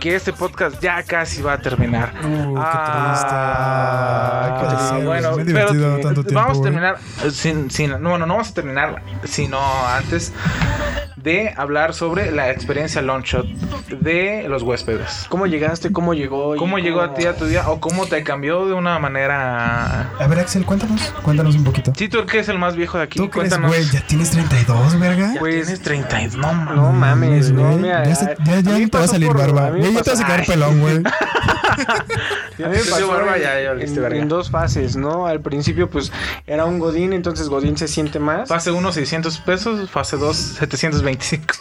Que este podcast ya casi va a terminar. Uh, qué Ah, triste. Ay, qué ah, triste. bueno, Me he pero divertido tanto tiempo, vamos a güey. terminar eh, sin, sin, no, bueno, no vamos a terminar, sino antes de hablar sobre la experiencia long shot de los huéspedes. ¿Cómo llegaste? ¿Cómo llegó? ¿Y ¿Cómo llegó a ti a tu día o cómo te cambió de una manera? A ver, Axel, cuéntanos, cuéntanos un poquito. Sí, tú que es el más viejo de aquí, ¿Tú crees, cuéntanos. güey? ¿Ya tienes 32, verga? Pues, tienes 30, y- no, No no mames, no, Güey, mira, ya, se- ya- ya mí no te va a pasó salir por- barba. mí Güey, ya te pasó- vas a quedar Ay, pelón, güey. A mí me Sí, sí, pasó barba, en, ya, ya valiste en- verga. en dos fases, ¿no? Al principio, pues, era un Godín, entonces Godín se siente más. Fase 1, 600 pesos. Fase 2, 725.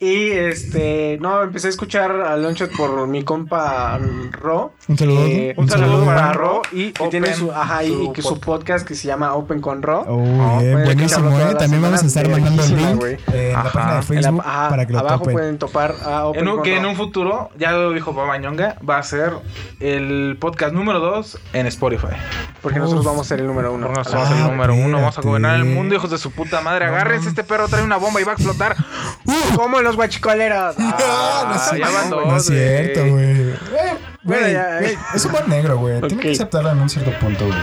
Y, este, no, empecé a escuchar a Longshot por mi compa mm, Ro. Un saludo. Eh, Un un saludo saludo para para Ro. Ro Y que Open, tiene su, ajá, y- y su que su pod- podcast que se llama Open con Ro. Oh, Ah, bien, bueno, buenísimo, escucharlo ¿eh? todas También las vamos a estar semanas, mandando el link verguísima, eh, en la Ajá. página de En la- Facebook ajá, para que lo abajo topen. pueden topar a Open En un- con que Ro. en un futuro, ya lo dijo Baba Ñonga, va a ser el podcast número 2 en Spotify. Porque nosotros Uf. vamos a ser el número uno. No A nos la- somos el Ah, número uno, vamos a espérate. gobernar el mundo, hijos de su puta madre. Agárrense, este perro trae una bomba y va a explotar. Como los guachicoleros. Ah, No es ya cierto, van güey, dos, No es cierto, güey. güey. Eh, Bueno, güey, ya, güey, eh. Es humor negro, güey. Tiene que Ok. aceptarlo en un cierto punto, güey.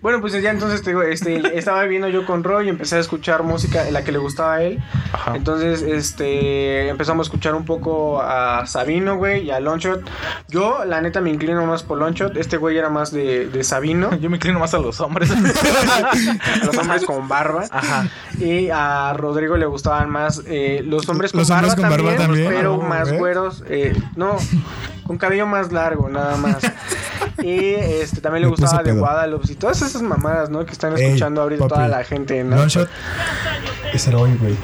Bueno, pues ya entonces te digo, este, estaba viviendo yo con Roy y empecé a escuchar música la que le gustaba a él. Ah. Ajá. Entonces, este, empezamos a escuchar un poco a Sabino, güey, y a Longshot. Yo, la neta, me inclino más por Longshot. Este güey era más de, de Sabino, Yo me inclino más a los hombres. a los hombres con barba. Ajá. Y a Rodrigo le gustaban más eh, los hombres con, Los barba, hombres con barba también, también. pero Ah, más ¿eh? güeros. eh, no, con cabello más largo, nada más. y este, también le Me puse gustaba de pedo. Guadalupe y todas esas mamadas, ¿no? Que están Ey, escuchando ahorita papi, toda la gente, ¿no? Longshot es el hoy, güey.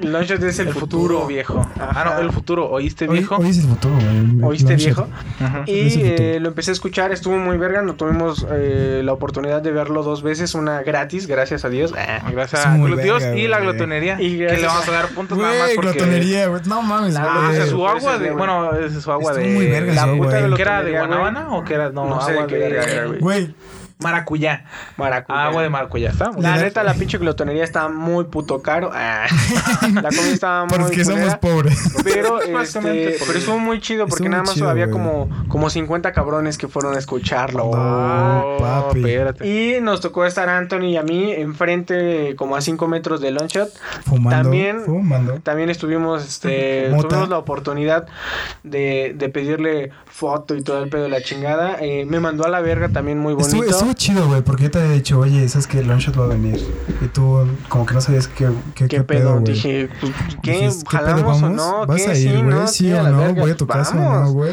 Longshot es el, El futuro, futuro, viejo. Ah, no, el futuro. ¿Oíste, Hoy, viejo? hoy es el futuro, güey. ¿Oíste, Longshot. viejo? Ajá. Es Y el futuro. eh, lo empecé a escuchar, estuvo muy verga. No tuvimos eh, la oportunidad de verlo dos veces, una gratis, gracias a Dios. Ah. Gracias Es a muy Glutios verga, y la güey. glotonería. Y Y que gracias le vamos a- a dar puntos nada más Güey, porque. glotonería, güey. No mames, La- Ah, güey. o sea, su Por eso agua es de. de- Bueno, es su agua Estuvo de. muy verga la su agua, puta güey. de ¿Que era de glotonería, güey. Guanabana o que era.? No, No sé de agua qué verga era, güey. Güey, Maracuyá. Maracuyá. Agua Ah, de maracuyá. Está muy La Le- neta, la pinche glotonería estaba muy puto caro. Ah. La comida estaba muy porque somos culera. pobres. Pero, Básicamente este, por eso. pero estuvo muy chido porque Estuvo nada muy más chido, había güey. como, como 50 cabrones que fueron a escucharlo. No, papi. Oh, Espérate. Y nos tocó estar Anthony y a mí enfrente, como a 5 metros de Longshot. Fumando. También- Fumando. También estuvimos, este, Mota. tuvimos la oportunidad de, de pedirle foto y todo el pedo de la chingada. Eh, me mandó a la verga también muy bonito. Estuvo, estuvo chido, güey, porque yo te había dicho, oye, sabes que Longshot va a venir. Y tú, como que no sabías qué, qué, ¿Qué, pedo? güey. Dije, pues, ¿qué? Dices, pedo, ¿Jalamos o vamos? no? ¿Vas ¿Qué? a ir, güey? ¿Sí ¿Qué? A o la no? verga. ¿Voy a tu casa o Vamos. no, güey?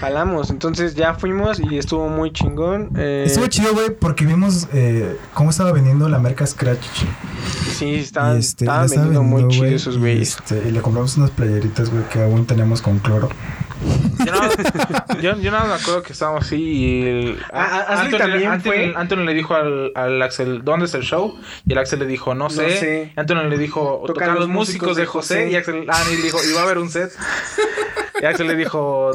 Jalamos, entonces ya fuimos y estuvo muy chingón. Eh, Estuvo chido, güey, porque vimos eh, cómo estaba vendiendo la marca Scratch. sí, estaban, Y, este, estaban la estaba vendiendo muy chidos vendiendo, güey, esos y, güeyes. este, y le compramos unas playeritas, güey, que aún tenemos con cloro. Yo no- yo, yo nada más me acuerdo que estábamos así y el, Ah, ah, Ashley Anthony, también Anthony- fue. Anthony le dijo al, al Axel, ¿dónde es el show? Y el Axel le dijo, no sé. sé. Anthony le dijo, Tocan tocan los músicos de José. Y Axel, ah, y le dijo, ¿y va a haber un set? Y Axel le dijo,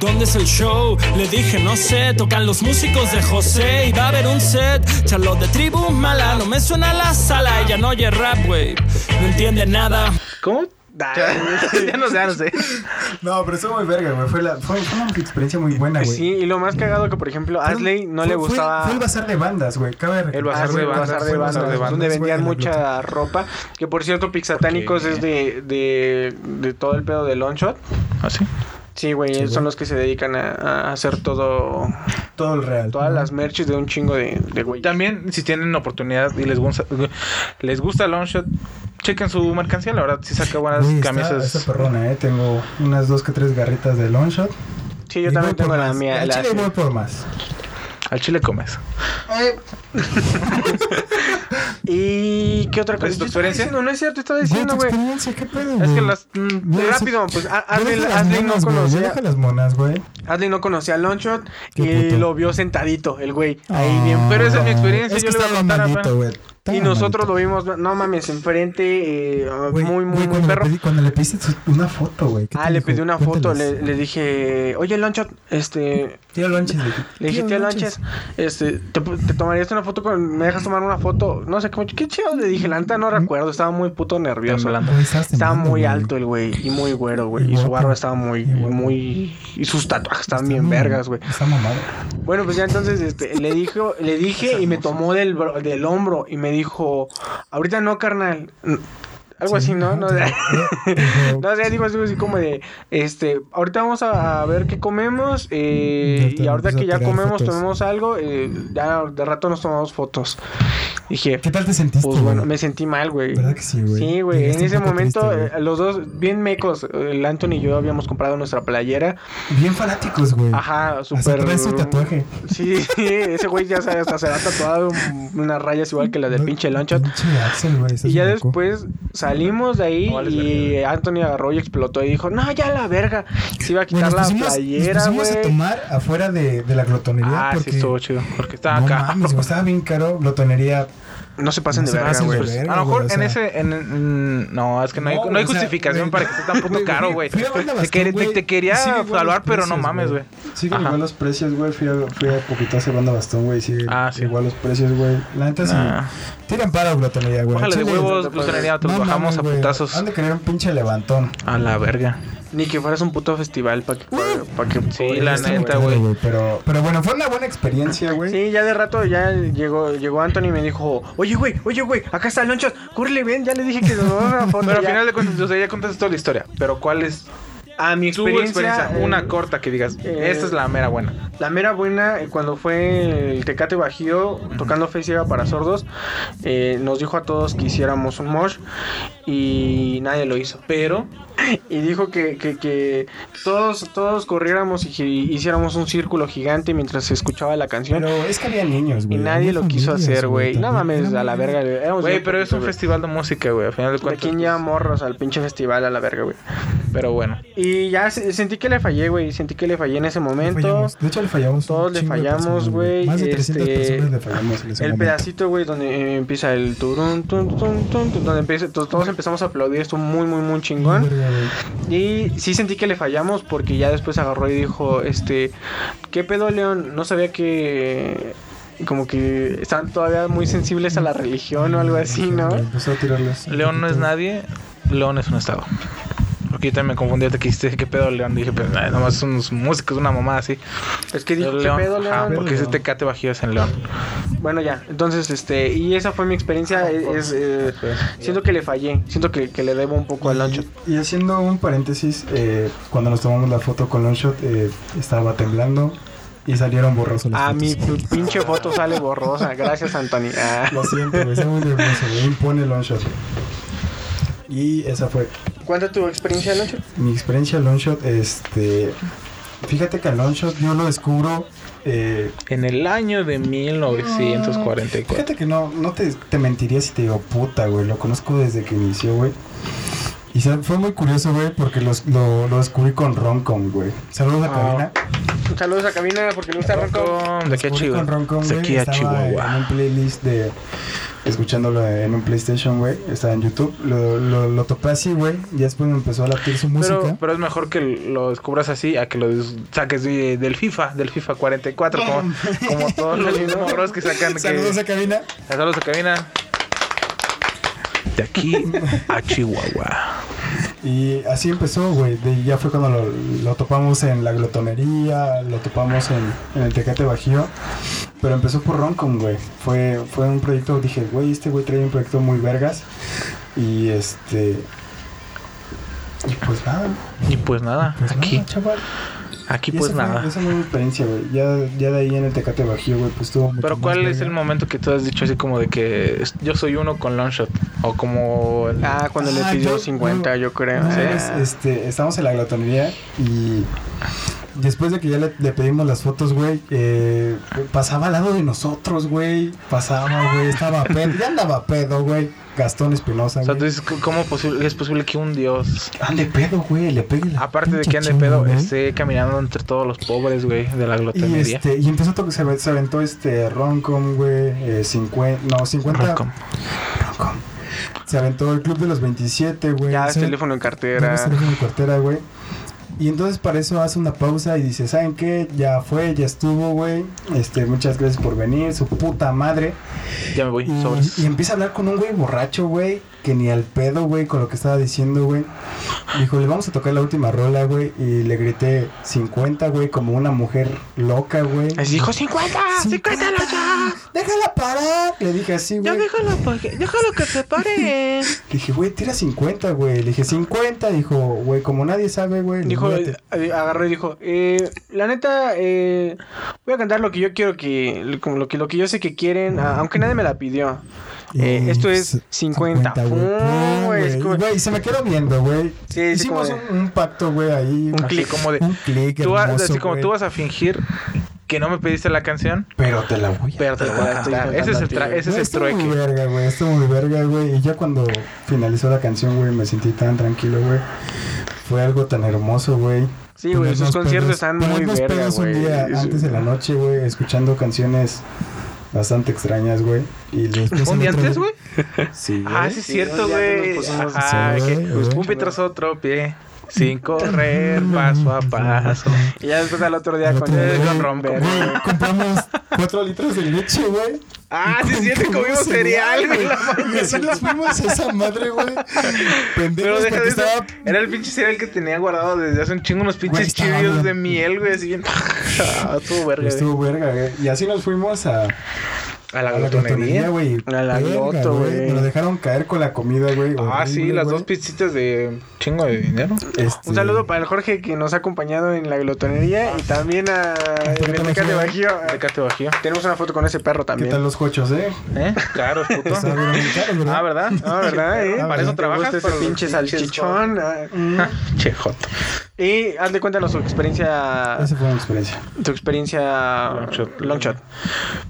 ¿Dónde es el show? Le dije, no sé, tocan los músicos de José y va a haber un set. Charlo de tribu mala, no me suena la sala, ella no oye rap, güey, no entiende nada. ¿cómo? ya no sé, ya no sé. No, pero estuvo muy verga, güey. Fue, la- fue- fue una experiencia muy buena, güey. Sí, y lo más cagado que, por ejemplo, a Asley no Fue- le fue- gustaba... Fue, el bazar de bandas, güey. Cabe recordar, El bazar güey, de fue el bandas, de fue el bandas, bazar de bandas, donde güey, vendían en la Plata. mucha ropa. Que por cierto, Pixatánicos Porque- es de, de, de todo el pedo de Longshot. ¿Así? Sí, güey, ellos son los que se dedican a, a hacer todo, Todo el real. todas las merches de un chingo de, de güey. También, si tienen oportunidad y les gusta, les gusta Longshot, chequen su mercancía. La verdad, sí saca buenas Güey, está- camisas. Está, perrona, eh. Tengo unas dos que tres garritas de Longshot. Sí, yo también tengo la mía. El la- chile voy por más. Al chile comes. ¿Y qué otra cosa? ¿Es tu Yo estaba experiencia? diciendo, no es cierto, estaba Güey, diciendo, tu güey. experiencia, ¿Qué pedo, Es que güey? las... mm, Güey, rápido, sí. pues, a- Yo Adley- dejo las Adley no monas, güey, Yo conocía- dejo las monas, güey. Adley no conocía a Longshot Qué y puto. lo vio sentadito, el güey. Ahí bien. pero esa es mi Ah, experiencia, Es yo le que iba a estaba contar a malito, Fran. güey. Estaba Y nosotros malito. lo vimos, no mames, enfrente, eh, Güey, muy, muy, güey, muy cuando le perro. pedí- Cuando le pediste tu- una foto, güey. ¿qué Ah, te le dijo? pedí una foto, Cuéntales. le, le dije, oye, Longshot, este, Tío Lonches, le Le dije, tío Lanches, este, ¿te, te tomarías una foto con. ¿Me dejas tomar una foto? No sé, cómo, qué chido. Le dije, la neta no recuerdo. Estaba muy puto nervioso. Temblando. Güey, estabas Estaba Mm. temblando, muy güey. alto el güey. Y muy güero, güey. Y Y su guapo. barba estaba muy, Y guapo. muy. Y sus tatuajes estaban Está bien muy- vergas, güey. Está mamado. Bueno, pues ya entonces este, le dijo, le dije y me tomó del, bro- del hombro. Y me dijo, ahorita no, carnal. Algo Sí. así, ¿no? No, Ajá, te dijo- no o sea, digo, digo así como de, este, ahorita vamos a, a ver qué comemos eh, Ya y te ahorita empezó a que ya tirar comemos, fotos. tomemos algo, eh, ya de rato nos tomamos fotos. Dije, ¿Qué tal te sentiste? pues bueno, güey? me sentí mal, güey. Este ¿Verdad que sí, güey? Sí, güey. En Llegaste ese un poco momento, triste, eh, los dos, bien mecos, el Anthony y yo habíamos comprado nuestra playera. güey. Bien fanáticos, güey. Ajá, Hasta súper. trae su tatuaje. Sí, sí, ese güey ya se, hasta se ha tatuado un- unas rayas igual que las del No, pinche Lonchot. Pinche Axel, güey. estás Y ya bien loco. después salimos de ahí y Anthony agarró y explotó y dijo, no, ya la verga. Se iba a Güey, quitar nos la pusimos- playera, Nos pusimos a güey. tomar afuera de, de la glotonería. Ah, porque, sí, estuvo chido. Porque estaba no acá. mames, güey, estaba bien caro. Glotonería. No se pasen No de se verga, pasen de güey. verga. a lo mejor güey, o en sea. ese. En, en- no, es que no, hay, No, no hay o sea, güey, justificación para que esté tan puto caro, güey. Fui a Banda Te, Bastón, quer- te, güey, te quería sigue igual los evaluar, pero no precios, mames, güey. Siguen Ajá. igual los precios, güey. Fui a, fui a poquito hace banda bastón, güey. Sigue Ah, sí. igual los precios, güey. La neta sí. Nah. Tiran para glotonería, güey. Bájale de Chile, huevos, no te glutonería, te no los mames, bajamos a güey. putazos. Han de querer un pinche levantón. A la verga. Ni que fueras un puto festival para que... pa' que Sí, la Está muy neta, caro, güey. Pero, pero bueno, fue una buena experiencia, güey. Sí, ya de rato ya llegó, llegó Anthony y me dijo, oye, güey, oye, güey, acá está Lonchos, cúrele bien, ya le dije que nos vamos a foto. Pero al ya". final de cuentas, o sea, ya contaste toda la historia. Pero ¿cuál es a mi tu experiencia, experiencia? eh, Una corta que digas, eh, esta es la mera buena. La mera buena, eh, cuando fue el Tecate Bajío tocando Fe Ciega para sordos, eh, nos dijo a todos que hiciéramos un mosh y nadie lo hizo. Pero, Y dijo que, que- que todos, todos corriéramos y que hiciéramos un círculo gigante mientras se escuchaba la canción. Pero es que había niños, y güey. nadie había lo quiso familias, hacer, güey. No también. mames, Era a la muy- verga. éramos güey, bien pero es un poquitos, güey. festival de música, güey. Al final de ¿De cuentas. quién pues, lleva morros al pinche festival a la verga, güey? Pero bueno. Y ya se- sentí que le fallé, güey. Sentí que le fallé en este ese momento. Fallamos. De hecho, le fallamos. un Todos le chingo de fallamos, personas, güey, Más de 300 este, personas le fallamos. en ese El momento. pedacito, güey, donde eh, empieza el turun, tun, tun, tun, tun, donde empieza, to- todos empezamos a aplaudir, esto muy, muy, muy chingón. Verga, güey. Y sí sentí que le fallamos porque ya después agarró y dijo, este, ¿qué pedo, León? No sabía que... Como que están todavía muy sensibles a la religión o algo así, ¿no? Empezó a tirarles. un León no es poquito. nadie, León es un estado. Porque yo también me confundí hasta que dijiste, ¿qué pedo, León? Dije, pues nada, nomás son unos músicos, una mamá así. Es que dijo, Pero ¿qué León, pedo, ajá, León? porque ese tecate bajío es en León. Bueno, ya. Entonces, este, y esa fue mi experiencia. Es, eh, siento que le fallé. Siento que, que le debo un poco al Lancho. Y haciendo un paréntesis, eh, cuando nos tomamos la foto con Longshot, eh, estaba temblando y salieron borrosos los Ah, A mi pinche foto sale borrosa. Gracias, Anthony. Ah. Lo siento, me está muy nervioso, me impone Longshot. Y esa fue ¿Cuánta tu experiencia, Lancho? mi experiencia Longshot. Este, fíjate que a Longshot yo lo descubro. eh, En el año de 1944. fíjate que no, no te, te mentiría si te digo, puta, güey, lo conozco desde que inició, güey. Y se- fue muy curioso, güey, porque los, lo, lo descubrí con Roncom, güey. Saludos a Karina. Saludos a Cabina porque le gusta Ronco. De aquí a Descubrí Con Chihuahua. Roncom, De güey, aquí a estaba En Chihuahua. un playlist de. Escuchándolo en un PlayStation, güey. Estaba en YouTube. Lo, lo, lo topé así, güey. Y después me empezó a latir su música. Pero, pero es mejor que lo descubras así a que lo des- saques de- del FIFA, del FIFA 44, como, como todos los morros que sacan. que- Saludos a Karina. Saludos a cabina. De aquí a Chihuahua. Y así empezó, güey. de- Ya fue cuando lo, lo topamos en la glotonería, lo topamos en, en el Tecate Bajío. Pero empezó por Roncom, güey. Fue, fue un proyecto, dije, güey, este güey trae un proyecto muy vergas. Y este. Y pues nada, Y pues nada, pues aquí, nada, chaval. aquí Y pues esa fue- nada. esa fue mi experiencia, güey. Ya, ya de ahí en el Tecate Bajío, güey, pues tuvo mucho Pero más ¿cuál es el verga. momento que tú has dicho así como de que es- yo soy uno con Longshot? O como... el- Ah, cuando le Ah, pidió yo- 50, yo creo. No, Ah. es- este, estamos en la glotonería y después de que ya le, le pedimos las fotos, güey, eh, pasaba al lado de nosotros, güey. Pasaba, güey, estaba pedo, ya andaba pedo, güey. Gastón Espinosa, O sea, tú güey. dices, "C- ¿cómo posible, es posible que un dios, Ande pedo, güey, le pegue la aparte de pinche que ande chinga, pedo, güey. esté caminando entre todos los pobres, güey, de la Y, glotonería? este, y empezó a tocar, se, se aventó este Roncom, güey, eh, 50, no, 50. Roncom. Roncom. Se aventó el Club de los 27, güey. Ya, Se- teléfono en Ya ves cartera. el teléfono en cartera, güey. Y entonces para eso hace una pausa y dice, ¿saben qué? Ya fue, ya estuvo, güey. Este, muchas gracias por venir, su puta madre. Ya me voy, Y, sobres. y empieza a hablar con un güey borracho, güey, que ni al pedo, güey, con lo que estaba diciendo, güey. Dijo, le vamos a tocar la última rola, güey. Y le grité 50, güey, como una mujer loca, güey. Así dijo 50, 50 ya. ¡Déjala parar! Le dije así, güey. Ya déjalo, porque- déjalo que se pare. Le dije, güey, tira 50, güey. Le dije, 50. Dijo, güey, como nadie sabe, güey. Dijo, olvídate". eh, agarró y dijo, eh, la neta, eh, voy a cantar lo que yo quiero que, como lo que, lo que yo sé que quieren, ah, aunque nadie me la pidió. Eh, Y esto es s- 50. güey. Pum, güey, es Güey, como- Güey, se me quedó viendo, güey. Sí, sí, Hicimos como de- un, un pacto, güey, ahí. Un clic como de. Un clic, Tú, vas- hermoso, así como güey. tú vas a fingir que no me pediste la canción, Pero te la voy a... pero te la voy a estoy cantar. Ese es Ah, el, tra- cantando, ese es Güey, el estuvo muy trueque. verga, güey. Estuvo muy verga, güey. Y ya cuando finalizó la canción, güey, me sentí tan tranquilo, güey. Fue algo tan hermoso, güey. Sí, güey, sus Ponernos conciertos pedos- están muy ponernos verga, pedos güey. pues un día antes de la noche, güey, escuchando canciones bastante extrañas, güey. Y después ¿Un el día otro antes, güey? Sí, güey. Ah, sí, es Sí, cierto, ya que nos güey. pusimos- Ajá, Sí, que güey, güey. Un pie tras otro pie, sin correr paso a paso. Y ya después al otro día Al con otro día, él, güey, rompe. con- Güey, compramos cuatro litros de leche, güey. Ah, sí, es cierto, comimos cereal, güey. la Y así mañana. nos fuimos a esa madre, güey. Pendejos, Pero deja porque de eso. estaba Era el pinche cereal que tenía guardado desde hace un chingo unos Güey, pinches estaba chivios bien. de miel, güey, así bien. Ah, Estuvo verga, güey. Estuvo verga, güey. Y así nos fuimos a, A la a la glotonería. glotonería, güey. A la Verga, gloto, güey. Nos lo dejaron caer con la comida, güey. Ah, sí, Horrible, las güey. dos pizzitas de chingo de dinero. Este, Un saludo para el Jorge que nos ha acompañado en la glotonería y también a en el Tecate Bajío. Ah, Tecate bajío. Tenemos una foto con ese perro ¿Qué también. tal los cochos, eh? ¿Eh? Claro, puto. Estaban bien caros, ¿verdad? Ah, ¿verdad? Ah, ¿verdad? eh? Para eso ¿Te trabajas, gusta para ese los pinche pinches salchichón. Ah, Che, joto. Y hazle cuéntanos su experiencia, Ah. Esa fue una experiencia. tu experiencia Longshot. Longshot.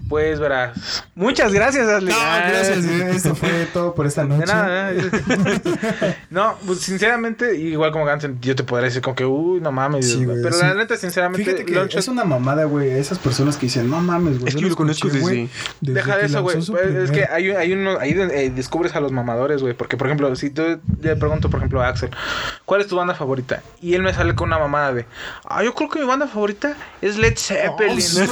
Pues verás. Muchas gracias, Ashley. Ah, gracias, güey. Esto fue todo por esta noche. De nada, ¿eh? No, pues sinceramente, igual como Gansen, yo te podría decir como que, uy, no mames. Sí, güey, pero sí. la neta, sinceramente, Fíjate que Longshot- es una mamada, güey. Esas personas que dicen, no mames, güey. Es que lo yo lo conozco escuché, desde- Deja que de eso, güey. lanzó su Pues, Es que primer- hay, hay uno, ahí eh, descubres a los mamadores, güey. Porque, por ejemplo, si tú le pregunto, por ejemplo, a Axel, ¿cuál es tu banda favorita? Y él me sale con una mamada de, ah, yo creo que mi banda favorita es Led Zeppelin. Oh, sí, no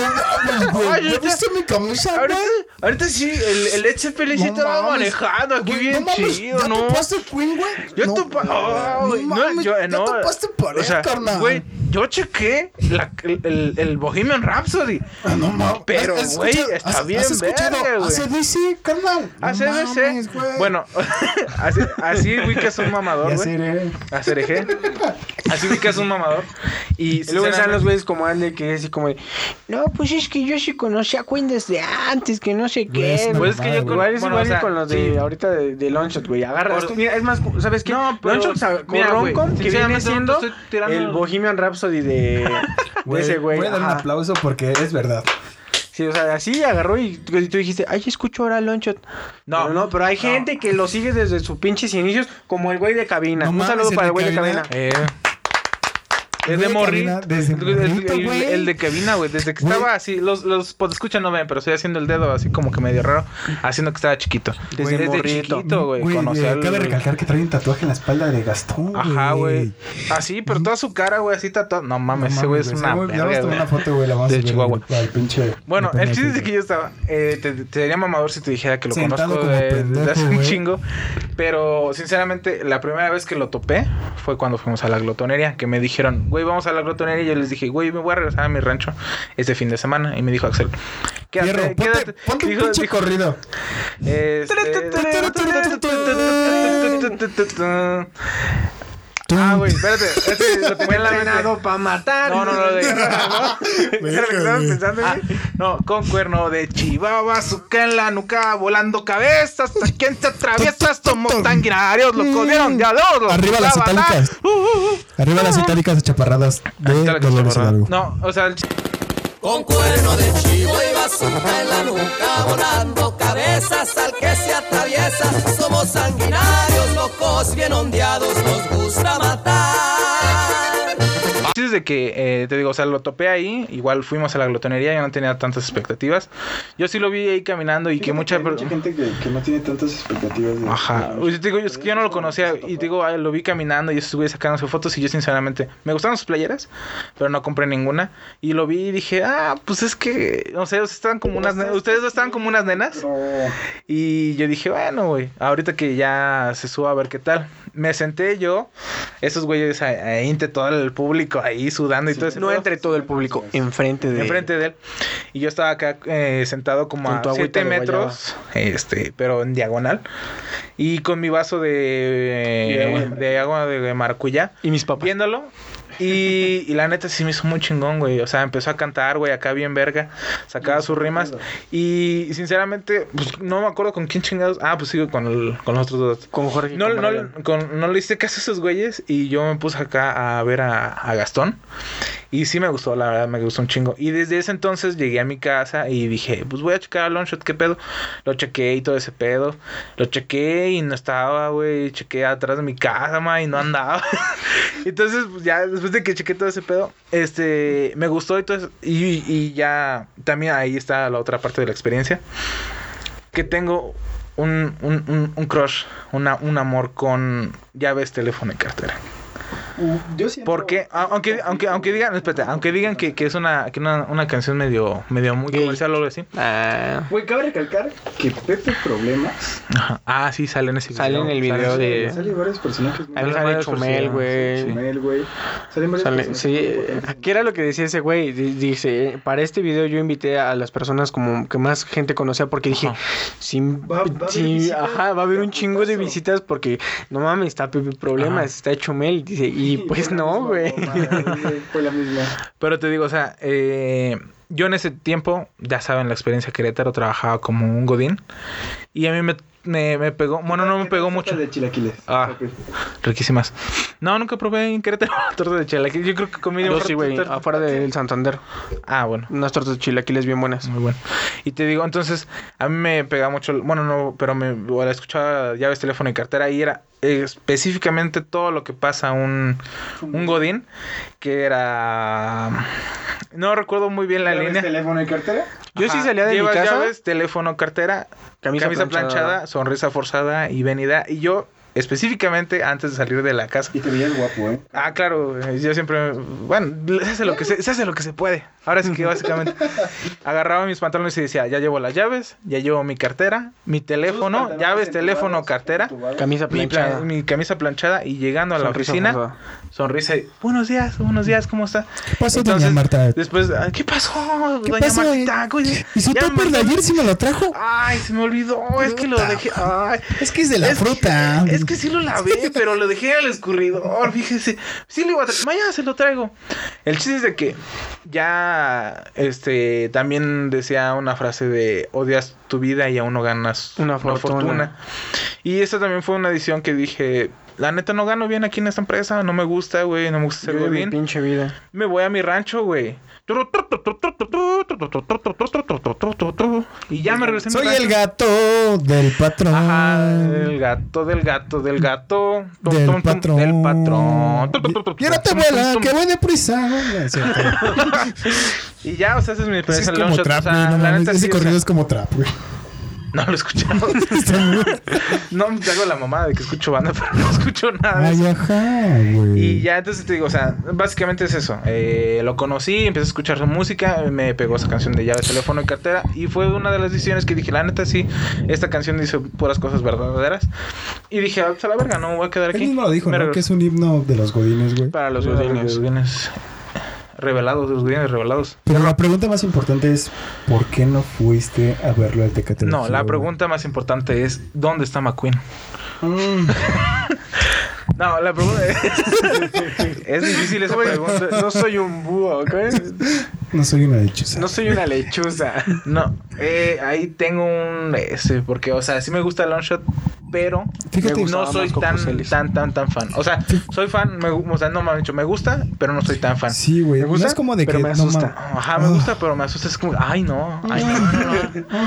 Ay, mames, güey. ¿Ya ahorita- viste mi camisa, güey? ahorita, ahorita sí, el, el Led Zeppelin sí No estaba mames. manejando aquí Güey, bien no mames, chido, ¿ya ¿no? topaste Queen, güey? Yo no, topa- Ah, güey, no no, mames, yo, ya no. topaste pared, o sea, carnal. Güey, yo chequé la- el, el- el Bohemian Rhapsody. Ah, no mames. Pero, ¿Has- has güey, escuchado- está has- bien ¿Has escuchado verga, güey. ACDC, carnal? No mames, ACDC. güey. Bueno, así, así vi que es un mamador, Ya güey. sé, eh. hacer eje. Así vi que es un mamador. Y Y luego están los sinceramente- güeyes como Andy que es así como de, no, pues es que yo sí conocía a Queen desde antes, que no sé Güey, es qué. güey. una Pues es que yo mamada, con, Igual es bueno, igual o sea, con los de sí. ahorita de, de Longshot, güey. Agarra. Por- Es, que, mira, es más, ¿sabes qué? No, pero- Longshot sacó mira, güey, Roncom, que viene sinceramente, no siendo te estoy tirando- el Bohemian Rhapsody de, de Güey, ese güey. Voy a dar un Ajá. aplauso porque es verdad. Sí, o sea, así agarró y tú, y tú dijiste, ay, escucho ahora Longshot. No, No, pero no, pero hay no. gente que lo sigue desde sus pinches inicios, como el güey de cabina. No Un mames, saludo el para de el güey de cabina. cabina. Eh. Desde Güey, morrito. cabina, desde el- el- morrito, el, güey. el de cabina, güey. Desde que Güey. estaba así. Los, los escuchan no ven, pero estoy haciendo el dedo así como que medio raro. Haciendo que estaba chiquito. Desde, Güey, morrito. chiquito, güey. Güey, conocí eh, al- cabe recalcar que trae un tatuaje en la espalda de Gastón, Ajá, güey. Así, pero toda su cara, güey, así tatuada. No No mames, ese güey es mames, una güey, Ya vamos a verga, tomar una güey. foto, güey, la vamos De a subir al- Chihuahua. al pinche. Bueno, el chiste es de que que yo estaba. eh, te, te diría mamador si te dijera que lo Sentado conozco como de- desde pendejo, hace un güey. chingo. Pero sinceramente, la primera vez que lo topé fue cuando fuimos a la glotonería. Que me dijeron, güey, vamos a la glotonería. Y yo les dije, güey, me voy a regresar a mi rancho este fin de semana. Y me dijo Axel, quédate, Fierro, ponte, quédate. ponte un Dijo- pinche dijo, corrido. este- Ah, güey, espérate. Este lo tenía en la mente. para matar. No, no, no, de Era lo que estabas güey. pensando, Ah, güey? no, con cuerno de chihuahua, suca en la nuca, volando cabezas, hasta quien te atraviesas, somos sanguinarios, los codieron de a dos, los Arriba las clavan, ah, itálicas. uh, uh, uh. Arriba las itálicas chaparradas de Ahí está la que Dolores se borra. Hidalgo. No, o sea, el Con cuerno de chivo y bazooka en la nuca, volando cabezas al que se atraviesa. Somos sanguinarios, locos, bien ondeados, nos gusta matar. chiste es de que, eh, te digo, o sea, lo topé ahí. Igual fuimos a la glotonería, yo no tenía tantas expectativas. Yo sí lo vi ahí caminando y que mucha... Hay mucha gente que, que no tiene tantas expectativas. De Ajá. Pues, yo te digo, es que yo no lo conocía y te digo, ah, lo vi caminando y estuve sacando sus fotos y yo sinceramente me gustaron sus playeras, pero no compré ninguna y lo vi y dije, ah, pues es que no sé, están como unas ne- ustedes dos estaban como unas nenas y yo dije, bueno, güey, ahorita que ya se suba a ver qué tal. Me senté yo, esos güeyes ahí, ahí entre todo el público ahí sudando y todo eso. No entre todo el público, enfrente de Enfrente de él. Y yo estaba acá eh, sentado como Con tu a agüita 7 de metros, este, pero en diagonal. Y con mi vaso de, de agua de maracuyá, Y mis papás. viéndolo. Y, y la neta sí me hizo muy chingón, güey. O sea, empezó a cantar, güey, acá bien verga. Sacaba sus rimas. Y sinceramente, pues no me acuerdo con quién chingados. Ah, pues sigo con, el- con los otros dos. Con Jorge. y No, con no, Brian. con- no le hice caso a esos güeyes y yo me puse acá a ver a, a Gastón. Y sí me gustó, la verdad, me gustó un chingo. Y desde ese entonces llegué a mi casa y dije, pues voy a checar a Longshot, ¿qué pedo? Lo chequé y todo ese pedo. Lo chequé y no estaba, güey. Chequé atrás de mi casa, ma, y no andaba. Entonces, pues ya después de que chequé todo ese pedo, este, me gustó y todo eso. Y, y ya también ahí está la otra parte de la experiencia que tengo un, un, un, un crush, una, un amor con llaves, teléfono y cartera. mm, Yo siento- Porque, a- aunque, aunque, aunque digan, espérate, aunque digan que, que es una, que una, una canción medio, medio muy Gay. comercial o algo así. Ah, Güey, cabe recalcar que Pepe Problemas. Ajá. Ah, sí, sale en ese video. Sale en el video Sale- de- Sale varios personajes. ahí Sale sale varias Chumel, personas, güey. Chumel, güey. Salen varios Sale- personajes sí, muy eh, potentes. ¿qué era lo que decía ese güey? Di- Dice, eh, para este video yo invité a las personas como que más gente conocía porque dije, Ajá. si, Va- va a haber si- visitas, ajá, va a haber un putazo. chingo de visitas porque no mames, está Pepe Problemas, Ajá. está Chumel, dice, y pues fue la no, misma güey. mamada, güey, Fue la misma. Pero te digo, o sea, eh, yo en ese tiempo, ya saben, la experiencia Querétaro trabajaba como un godín. Y a mí me, me, me pegó, bueno, no me pegó mucho. De chilaquiles. Ah. Pepe. Riquísimas. No, nunca probé en Querétaro torta de chalaquil. Yo creo que comí Yo mejor sí, güey, torta- afuera del Santander, Ah, bueno. unas tortas de chilaquiles bien buenas. Muy bueno. Y te digo, entonces, a mí me pegaba mucho, el- bueno, no, pero me o la escuchaba llaves, teléfono y cartera y era eh, específicamente todo lo que pasa un, un godín, que era... No recuerdo muy bien la ¿Llaves, línea. teléfono y cartera? Yo sí Ajá. salía de mi Llevas casa, llaves, teléfono, cartera, camisa, camisa, planchada, planchada. sonrisa forzada y venida. Y yo, específicamente, antes de salir de la casa. Y te veías guapo, ¿eh? Ah, claro, eh, yo siempre, bueno, se hace lo que se, se hace lo que se puede. Ahora sí que básicamente agarraba mis pantalones y decía, ya llevo las llaves, ya llevo mi cartera, mi teléfono, Pantalones llaves, teléfono, entubados, cartera, entubados. camisa mi, pla- planchada. mi camisa planchada y llegando a la sonrisa oficina, forzada. sonrisa y, buenos días, buenos días, ¿cómo está? ¿Qué pasó, Entonces, doña Marta? Después, "Ah, ¿qué pasó, ¿Qué doña pasó, Martita? eh? Oye, ¿Y su ya me topper de mandó- ayer sí me lo trajo? Ay, se me olvidó, es que lo Puta dejé. Ay, Es que es de la que- fruta. es que sí lo lavé, pero lo dejé en el escurridor, fíjese. Sí le iba a traer. Mañana se lo traigo. El chiste es de que ya este también decía una frase de odias tu vida y aún no ganas Una fortuna. Y esa también fue una decisión que dije, la neta no gano bien aquí en esta empresa, no me gusta, güey, no me gusta Yo ser de mi bien. pinche vida. Me voy a mi rancho, güey. Y ya me regresé a mi Soy rancho. el gato del patrón. Ajá, el gato, del gato, del gato. Tum, Del tum, tum, patrón. Del patrón. Tum, tum, tum, tum, Y ahora te tum, vuela, tum, tum. que voy deprisa. No, es cierto. Y ya, o sea, esa es mi Sí, es experiencia en como Longshot. O trap, sea, güey, no la mames. neta, Ese sí, o sea, corrido es como trap, güey. No lo he escuchado. Está muy- no me hago la mamada de que escucho banda, pero no escucho nada. de eso. Ay, ajá, güey. Ah, Y ya, entonces te digo, o sea, básicamente es eso. Eh, lo conocí, empecé a escuchar su música, me pegó esa canción de llave, teléfono y cartera. Y fue una de las decisiones que dije, la neta, sí, esta canción dice puras cosas verdaderas. Y dije, "Ah, pues, a la verga, no me voy a quedar Él aquí. mismo lo dijo, Me ¿no? regresé. Que es un himno de los godines, güey. Para los Los godines. godines Revelados, los godines revelados. Pero la pregunta más importante es: ¿por qué no fuiste a verlo al Tecate? No, la Bajío, pregunta más importante es: ¿dónde está McQueen? Mm. No, la pregunta es. es difícil esa pregunta. No soy un búho, ¿ok? güey? No soy una lechuza. No soy una lechuza. No, eh, ahí tengo un. Ese, porque, o sea, sí me gusta el Longshot, pero Fíjate- no Me soy tan, gustaba más Cocoselis. tan, tan, tan fan. O sea, soy fan, me, gu- o sea, no me han dicho, me gusta, pero no soy tan fan. Sí, Ah. güey. Me No gusta, es como de pero que. me no asusta. mames. Ajá, me gusta, pero me asusta. Es como, ay, no, ay, no, no, no, no.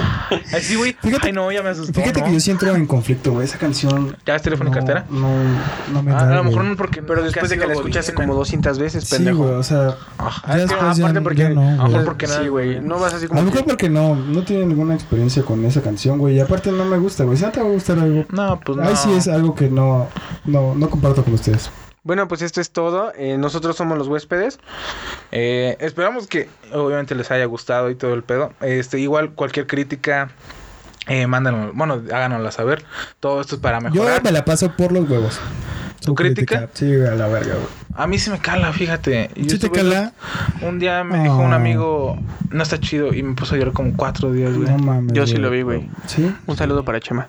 Ay, sí, güey, ay, no, ya me asustó. Fíjate no. que yo sí entro en conflicto, güey. Esa canción. ¿Ya ves teléfono y cartera? No, no me Ah, da, a lo güey. mejor no porque. Pero después de que la escuchaste como 200 veces, Sí, pendejo. güey, o sea. Ajá, ya Ah, es que después ya- aparte ya porque. no, a lo mejor güey. porque nada. Sí, güey. No vas así A lo como. mejor porque no, no tiene ninguna experiencia con esa canción, güey. Y aparte no me gusta, güey. Si no te va a gustar algo. No, pues no. Ahí sí es algo que no, no, no comparto con ustedes. Bueno, pues esto es todo. Eh, nosotros somos los huéspedes. Eh, esperamos que obviamente les haya gustado y todo el pedo. Este, igual cualquier crítica, eh, mándanos, bueno, háganosla saber. Todo esto es para Yo mejorar. me la paso por los huevos. ¿Tu crítica? Sí, güey, a la verga, güey. A mí se me cala, fíjate. Yo ¿Sí te estuve- cala? Un día me dijo un Oh. amigo, no está chido, y me puso a llorar como cuatro días, güey. No mames. Yo sí lo vi, güey. ¿Sí? Un saludo para Chema.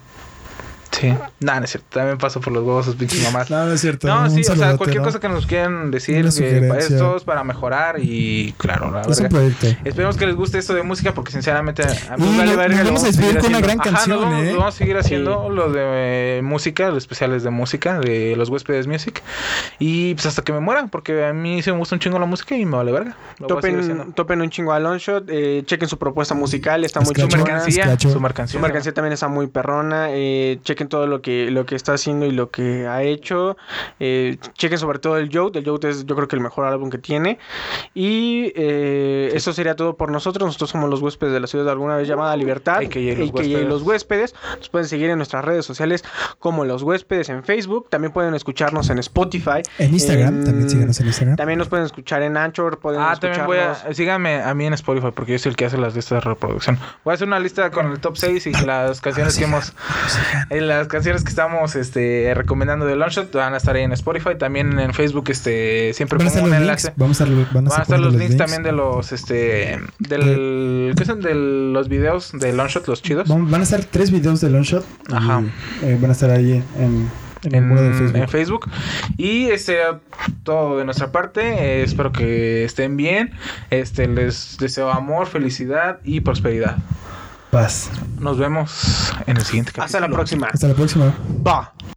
Sí. Nah, no es cierto. También paso por los huevos sus pinches mamás. No, no es cierto. No, un sí, o sea, saludote, cualquier ¿no? cosa que nos quieran decir, Una que pa- sugerencia. esto es para mejorar y claro, la Es un verga. proyecto. Esperemos que les guste esto de música porque sinceramente a mí Y me vale nos- verga, nos lo vamos a seguir despedir con una haciendo. gran Ajá, nos canción, vamos, ¿eh? lo vamos a seguir haciendo los de eh, música, los especiales de música de los huéspedes music y pues hasta que me muera porque a mí sí me gusta un chingo la música y me vale verga. Lo voy a seguir Topen, haciendo. topen un chingo a Longshot. Eh, chequen su propuesta musical. Está muy Escucha, Su chingona. mercancía, Esclacho. su mercancía. Su mercancía también está muy perrona. eh, chequen todo lo que, lo que está haciendo y lo que ha hecho. eh, chequen sobre todo el Jout. El Jout es yo creo que el mejor álbum que tiene. Y eh, eso sería todo por nosotros. Nosotros somos los huéspedes de la ciudad de alguna vez llamada Libertad. AKA los AKA huéspedes. los huéspedes. Nos pueden seguir en nuestras redes sociales como los huéspedes en Facebook. También pueden escucharnos en Spotify. En Instagram, Eh, también síganos en Instagram. También nos pueden escuchar en Anchor. Pueden Ah, también voy escucharnos- a... Síganme a mí en Spotify porque yo soy el que hace las listas de reproducción. Voy a hacer una lista con el top 6 y las canciones que hemos... eh, Las canciones que estamos este, recomendando de Longshot van a estar ahí en Spotify. También en Facebook este, siempre Van a estar pongo un los enlace. links. Vamos a, van a, Van a estar poner los links también de los... Eh, este del, ¿Qué son? De los videos de Longshot, los chidos. Van, van a estar tres videos de Longshot. y, Ajá. eh, van a estar ahí en, en, el en, muro de Facebook. en Facebook. Y este todo de nuestra parte. Eh, espero que estén bien. Este les deseo amor, felicidad y prosperidad. Paz. Nos vemos en el siguiente capítulo. Hasta la próxima. Hasta la próxima. Bye.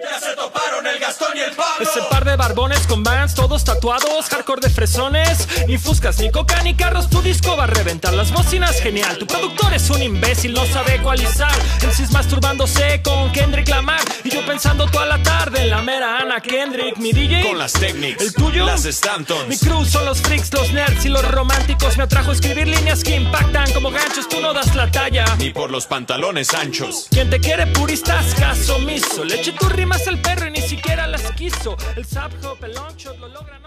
Ya se toparon el Gastón y el Pablo. Ese par de barbones con bands, todos tatuados, hardcore de fresones. Ni fuscas, ni coca, ni carros, tu disco va a reventar las bocinas, genial. Tu productor es un imbécil, no sabe ecualizar. MCs masturbándose con Kendrick Lamar. Y yo pensando toda la tarde en la mera Ana Kendrick, mi DJ. Con las Technics. ¿El tuyo? Las Mi Stantons. crew son los freaks, los nerds y los románticos. Me atrajo escribir líneas que impactan como ganchos, tú no das la talla. Ni por los pantalones anchos. Quien te quiere purista, haz caso omiso. Le eché tus rimas al perro y ni siquiera las quiso. El sub hop, el long shot lo logran.